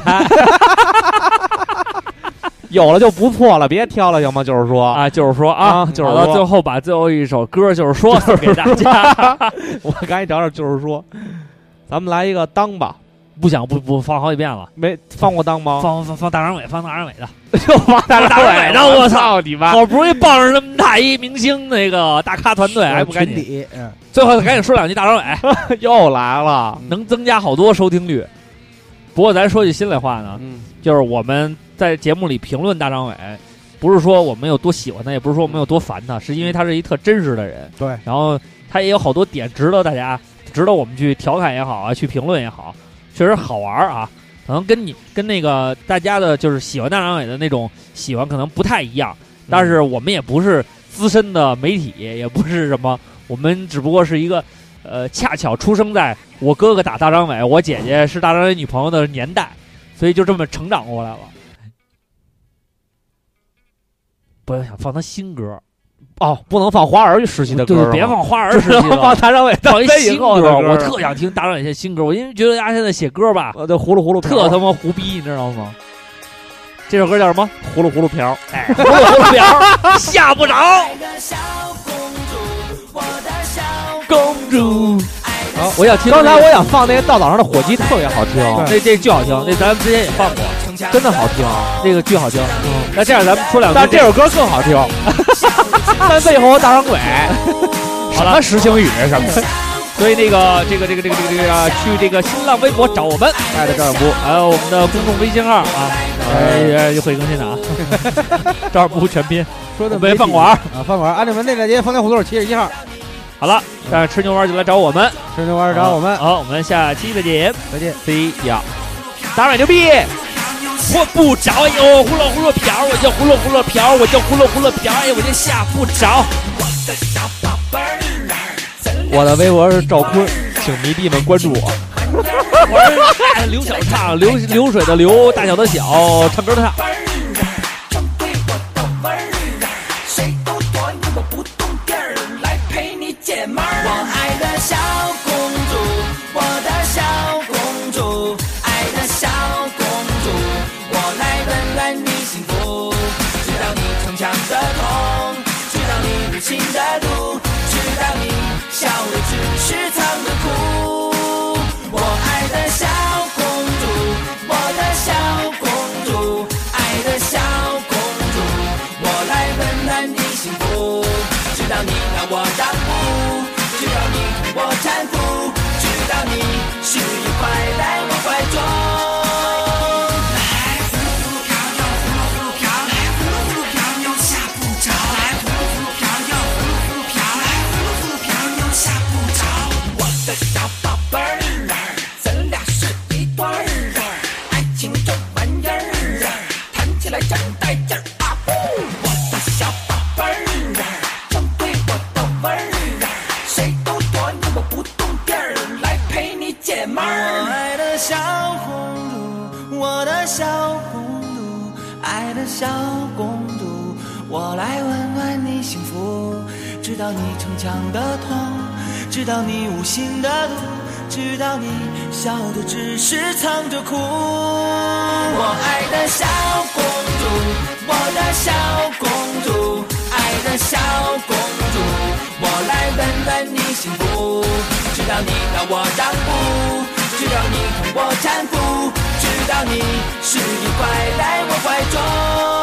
[LAUGHS] 有了就不错了，别挑了，行吗？就是说， [LAUGHS] 啊，就是说啊，啊就是好了，说最后把最后一首歌就是说送给大 [LAUGHS] 家。我赶紧找找，就是说，咱们来一个当吧，不想不不放好几遍了。没放过当吗？放放放大张伟，放大张伟的， [LAUGHS] 就放放大张伟的，我操！你妈！好不容易傍上那么大一明星那个大咖团队，还不赶群紧？体，嗯，最后赶紧说两句大 [LAUGHS] 张伟， [LAUGHS] 又来了，能增加好多收听率。不过咱说句心里话呢，嗯就是我们在节目里评论大张伟，不是说我们有多喜欢他，也不是说我们有多烦他，是因为他是一特真实的人。对，然后他也有好多点值得大家，值得我们去调侃也好啊，去评论也好，确实好玩儿啊。可能跟你跟那个大家的就是喜欢大张伟的那种喜欢可能不太一样，但是我们也不是资深的媒体，也不是什么，我们只不过是一个，呃，恰巧出生在我哥哥打大张伟，我姐姐是大张伟女朋友的年代，所以就这么成长过来了。不要想放他新歌，哦，不能放花儿时期的歌就吗，是别放花儿就时是期了，放大张伟 [LAUGHS] 放一单飞以新后的歌，歌我特想听大张伟些新歌，我因为觉得他现在写歌吧，呃，对，葫芦葫芦瓢特他妈胡逼，你知道吗？这首歌叫什 [LAUGHS] 么？葫芦葫芦瓢，哎，葫芦葫芦瓢，吓不着。公主，好，我想听刚才我想放那个到岛上的火鸡，特别好听，那这剧好听，那咱们之前也放过，真的好听。那个剧好听。那这样咱们说两句，但这首歌更好听， [LAUGHS] 但背后有 [LAUGHS] 大张伟，好了，实情语啊什么的。所以那个这个这个这个这个这个啊去这个新浪微博找我们，爱的赵小波，还有我们的公众微信号啊，哎呃会更新的 [LAUGHS] 啊，赵小波全拼。说的没饭馆儿啊，饭馆儿安定门内大街方家胡同七十一号，好了，嗯但是吃牛丸就来找我们，吃牛丸儿啊找我们，好，我们下期再见。再见。 C 呀，打满牛逼！我不着，哎呦，胡乱胡乱瓢，我就胡乱胡乱瓢，我就胡乱胡乱瓢，哎，我就吓不着。我的微博是赵坤，请迷弟们关注我。我是哎刘小畅，流流水的流，大小的小，唱歌的唱。谁都躲，你我不动地儿，来陪你小公主，我来温暖你幸福，直到你逞强的痛，直到你无心的毒，直到你笑的只是藏着哭。我爱的小公主，我的小公主，爱的小公主，我来温暖你幸福，直到你让我让步，直到你同我搀扶，直到你是一块在我怀中。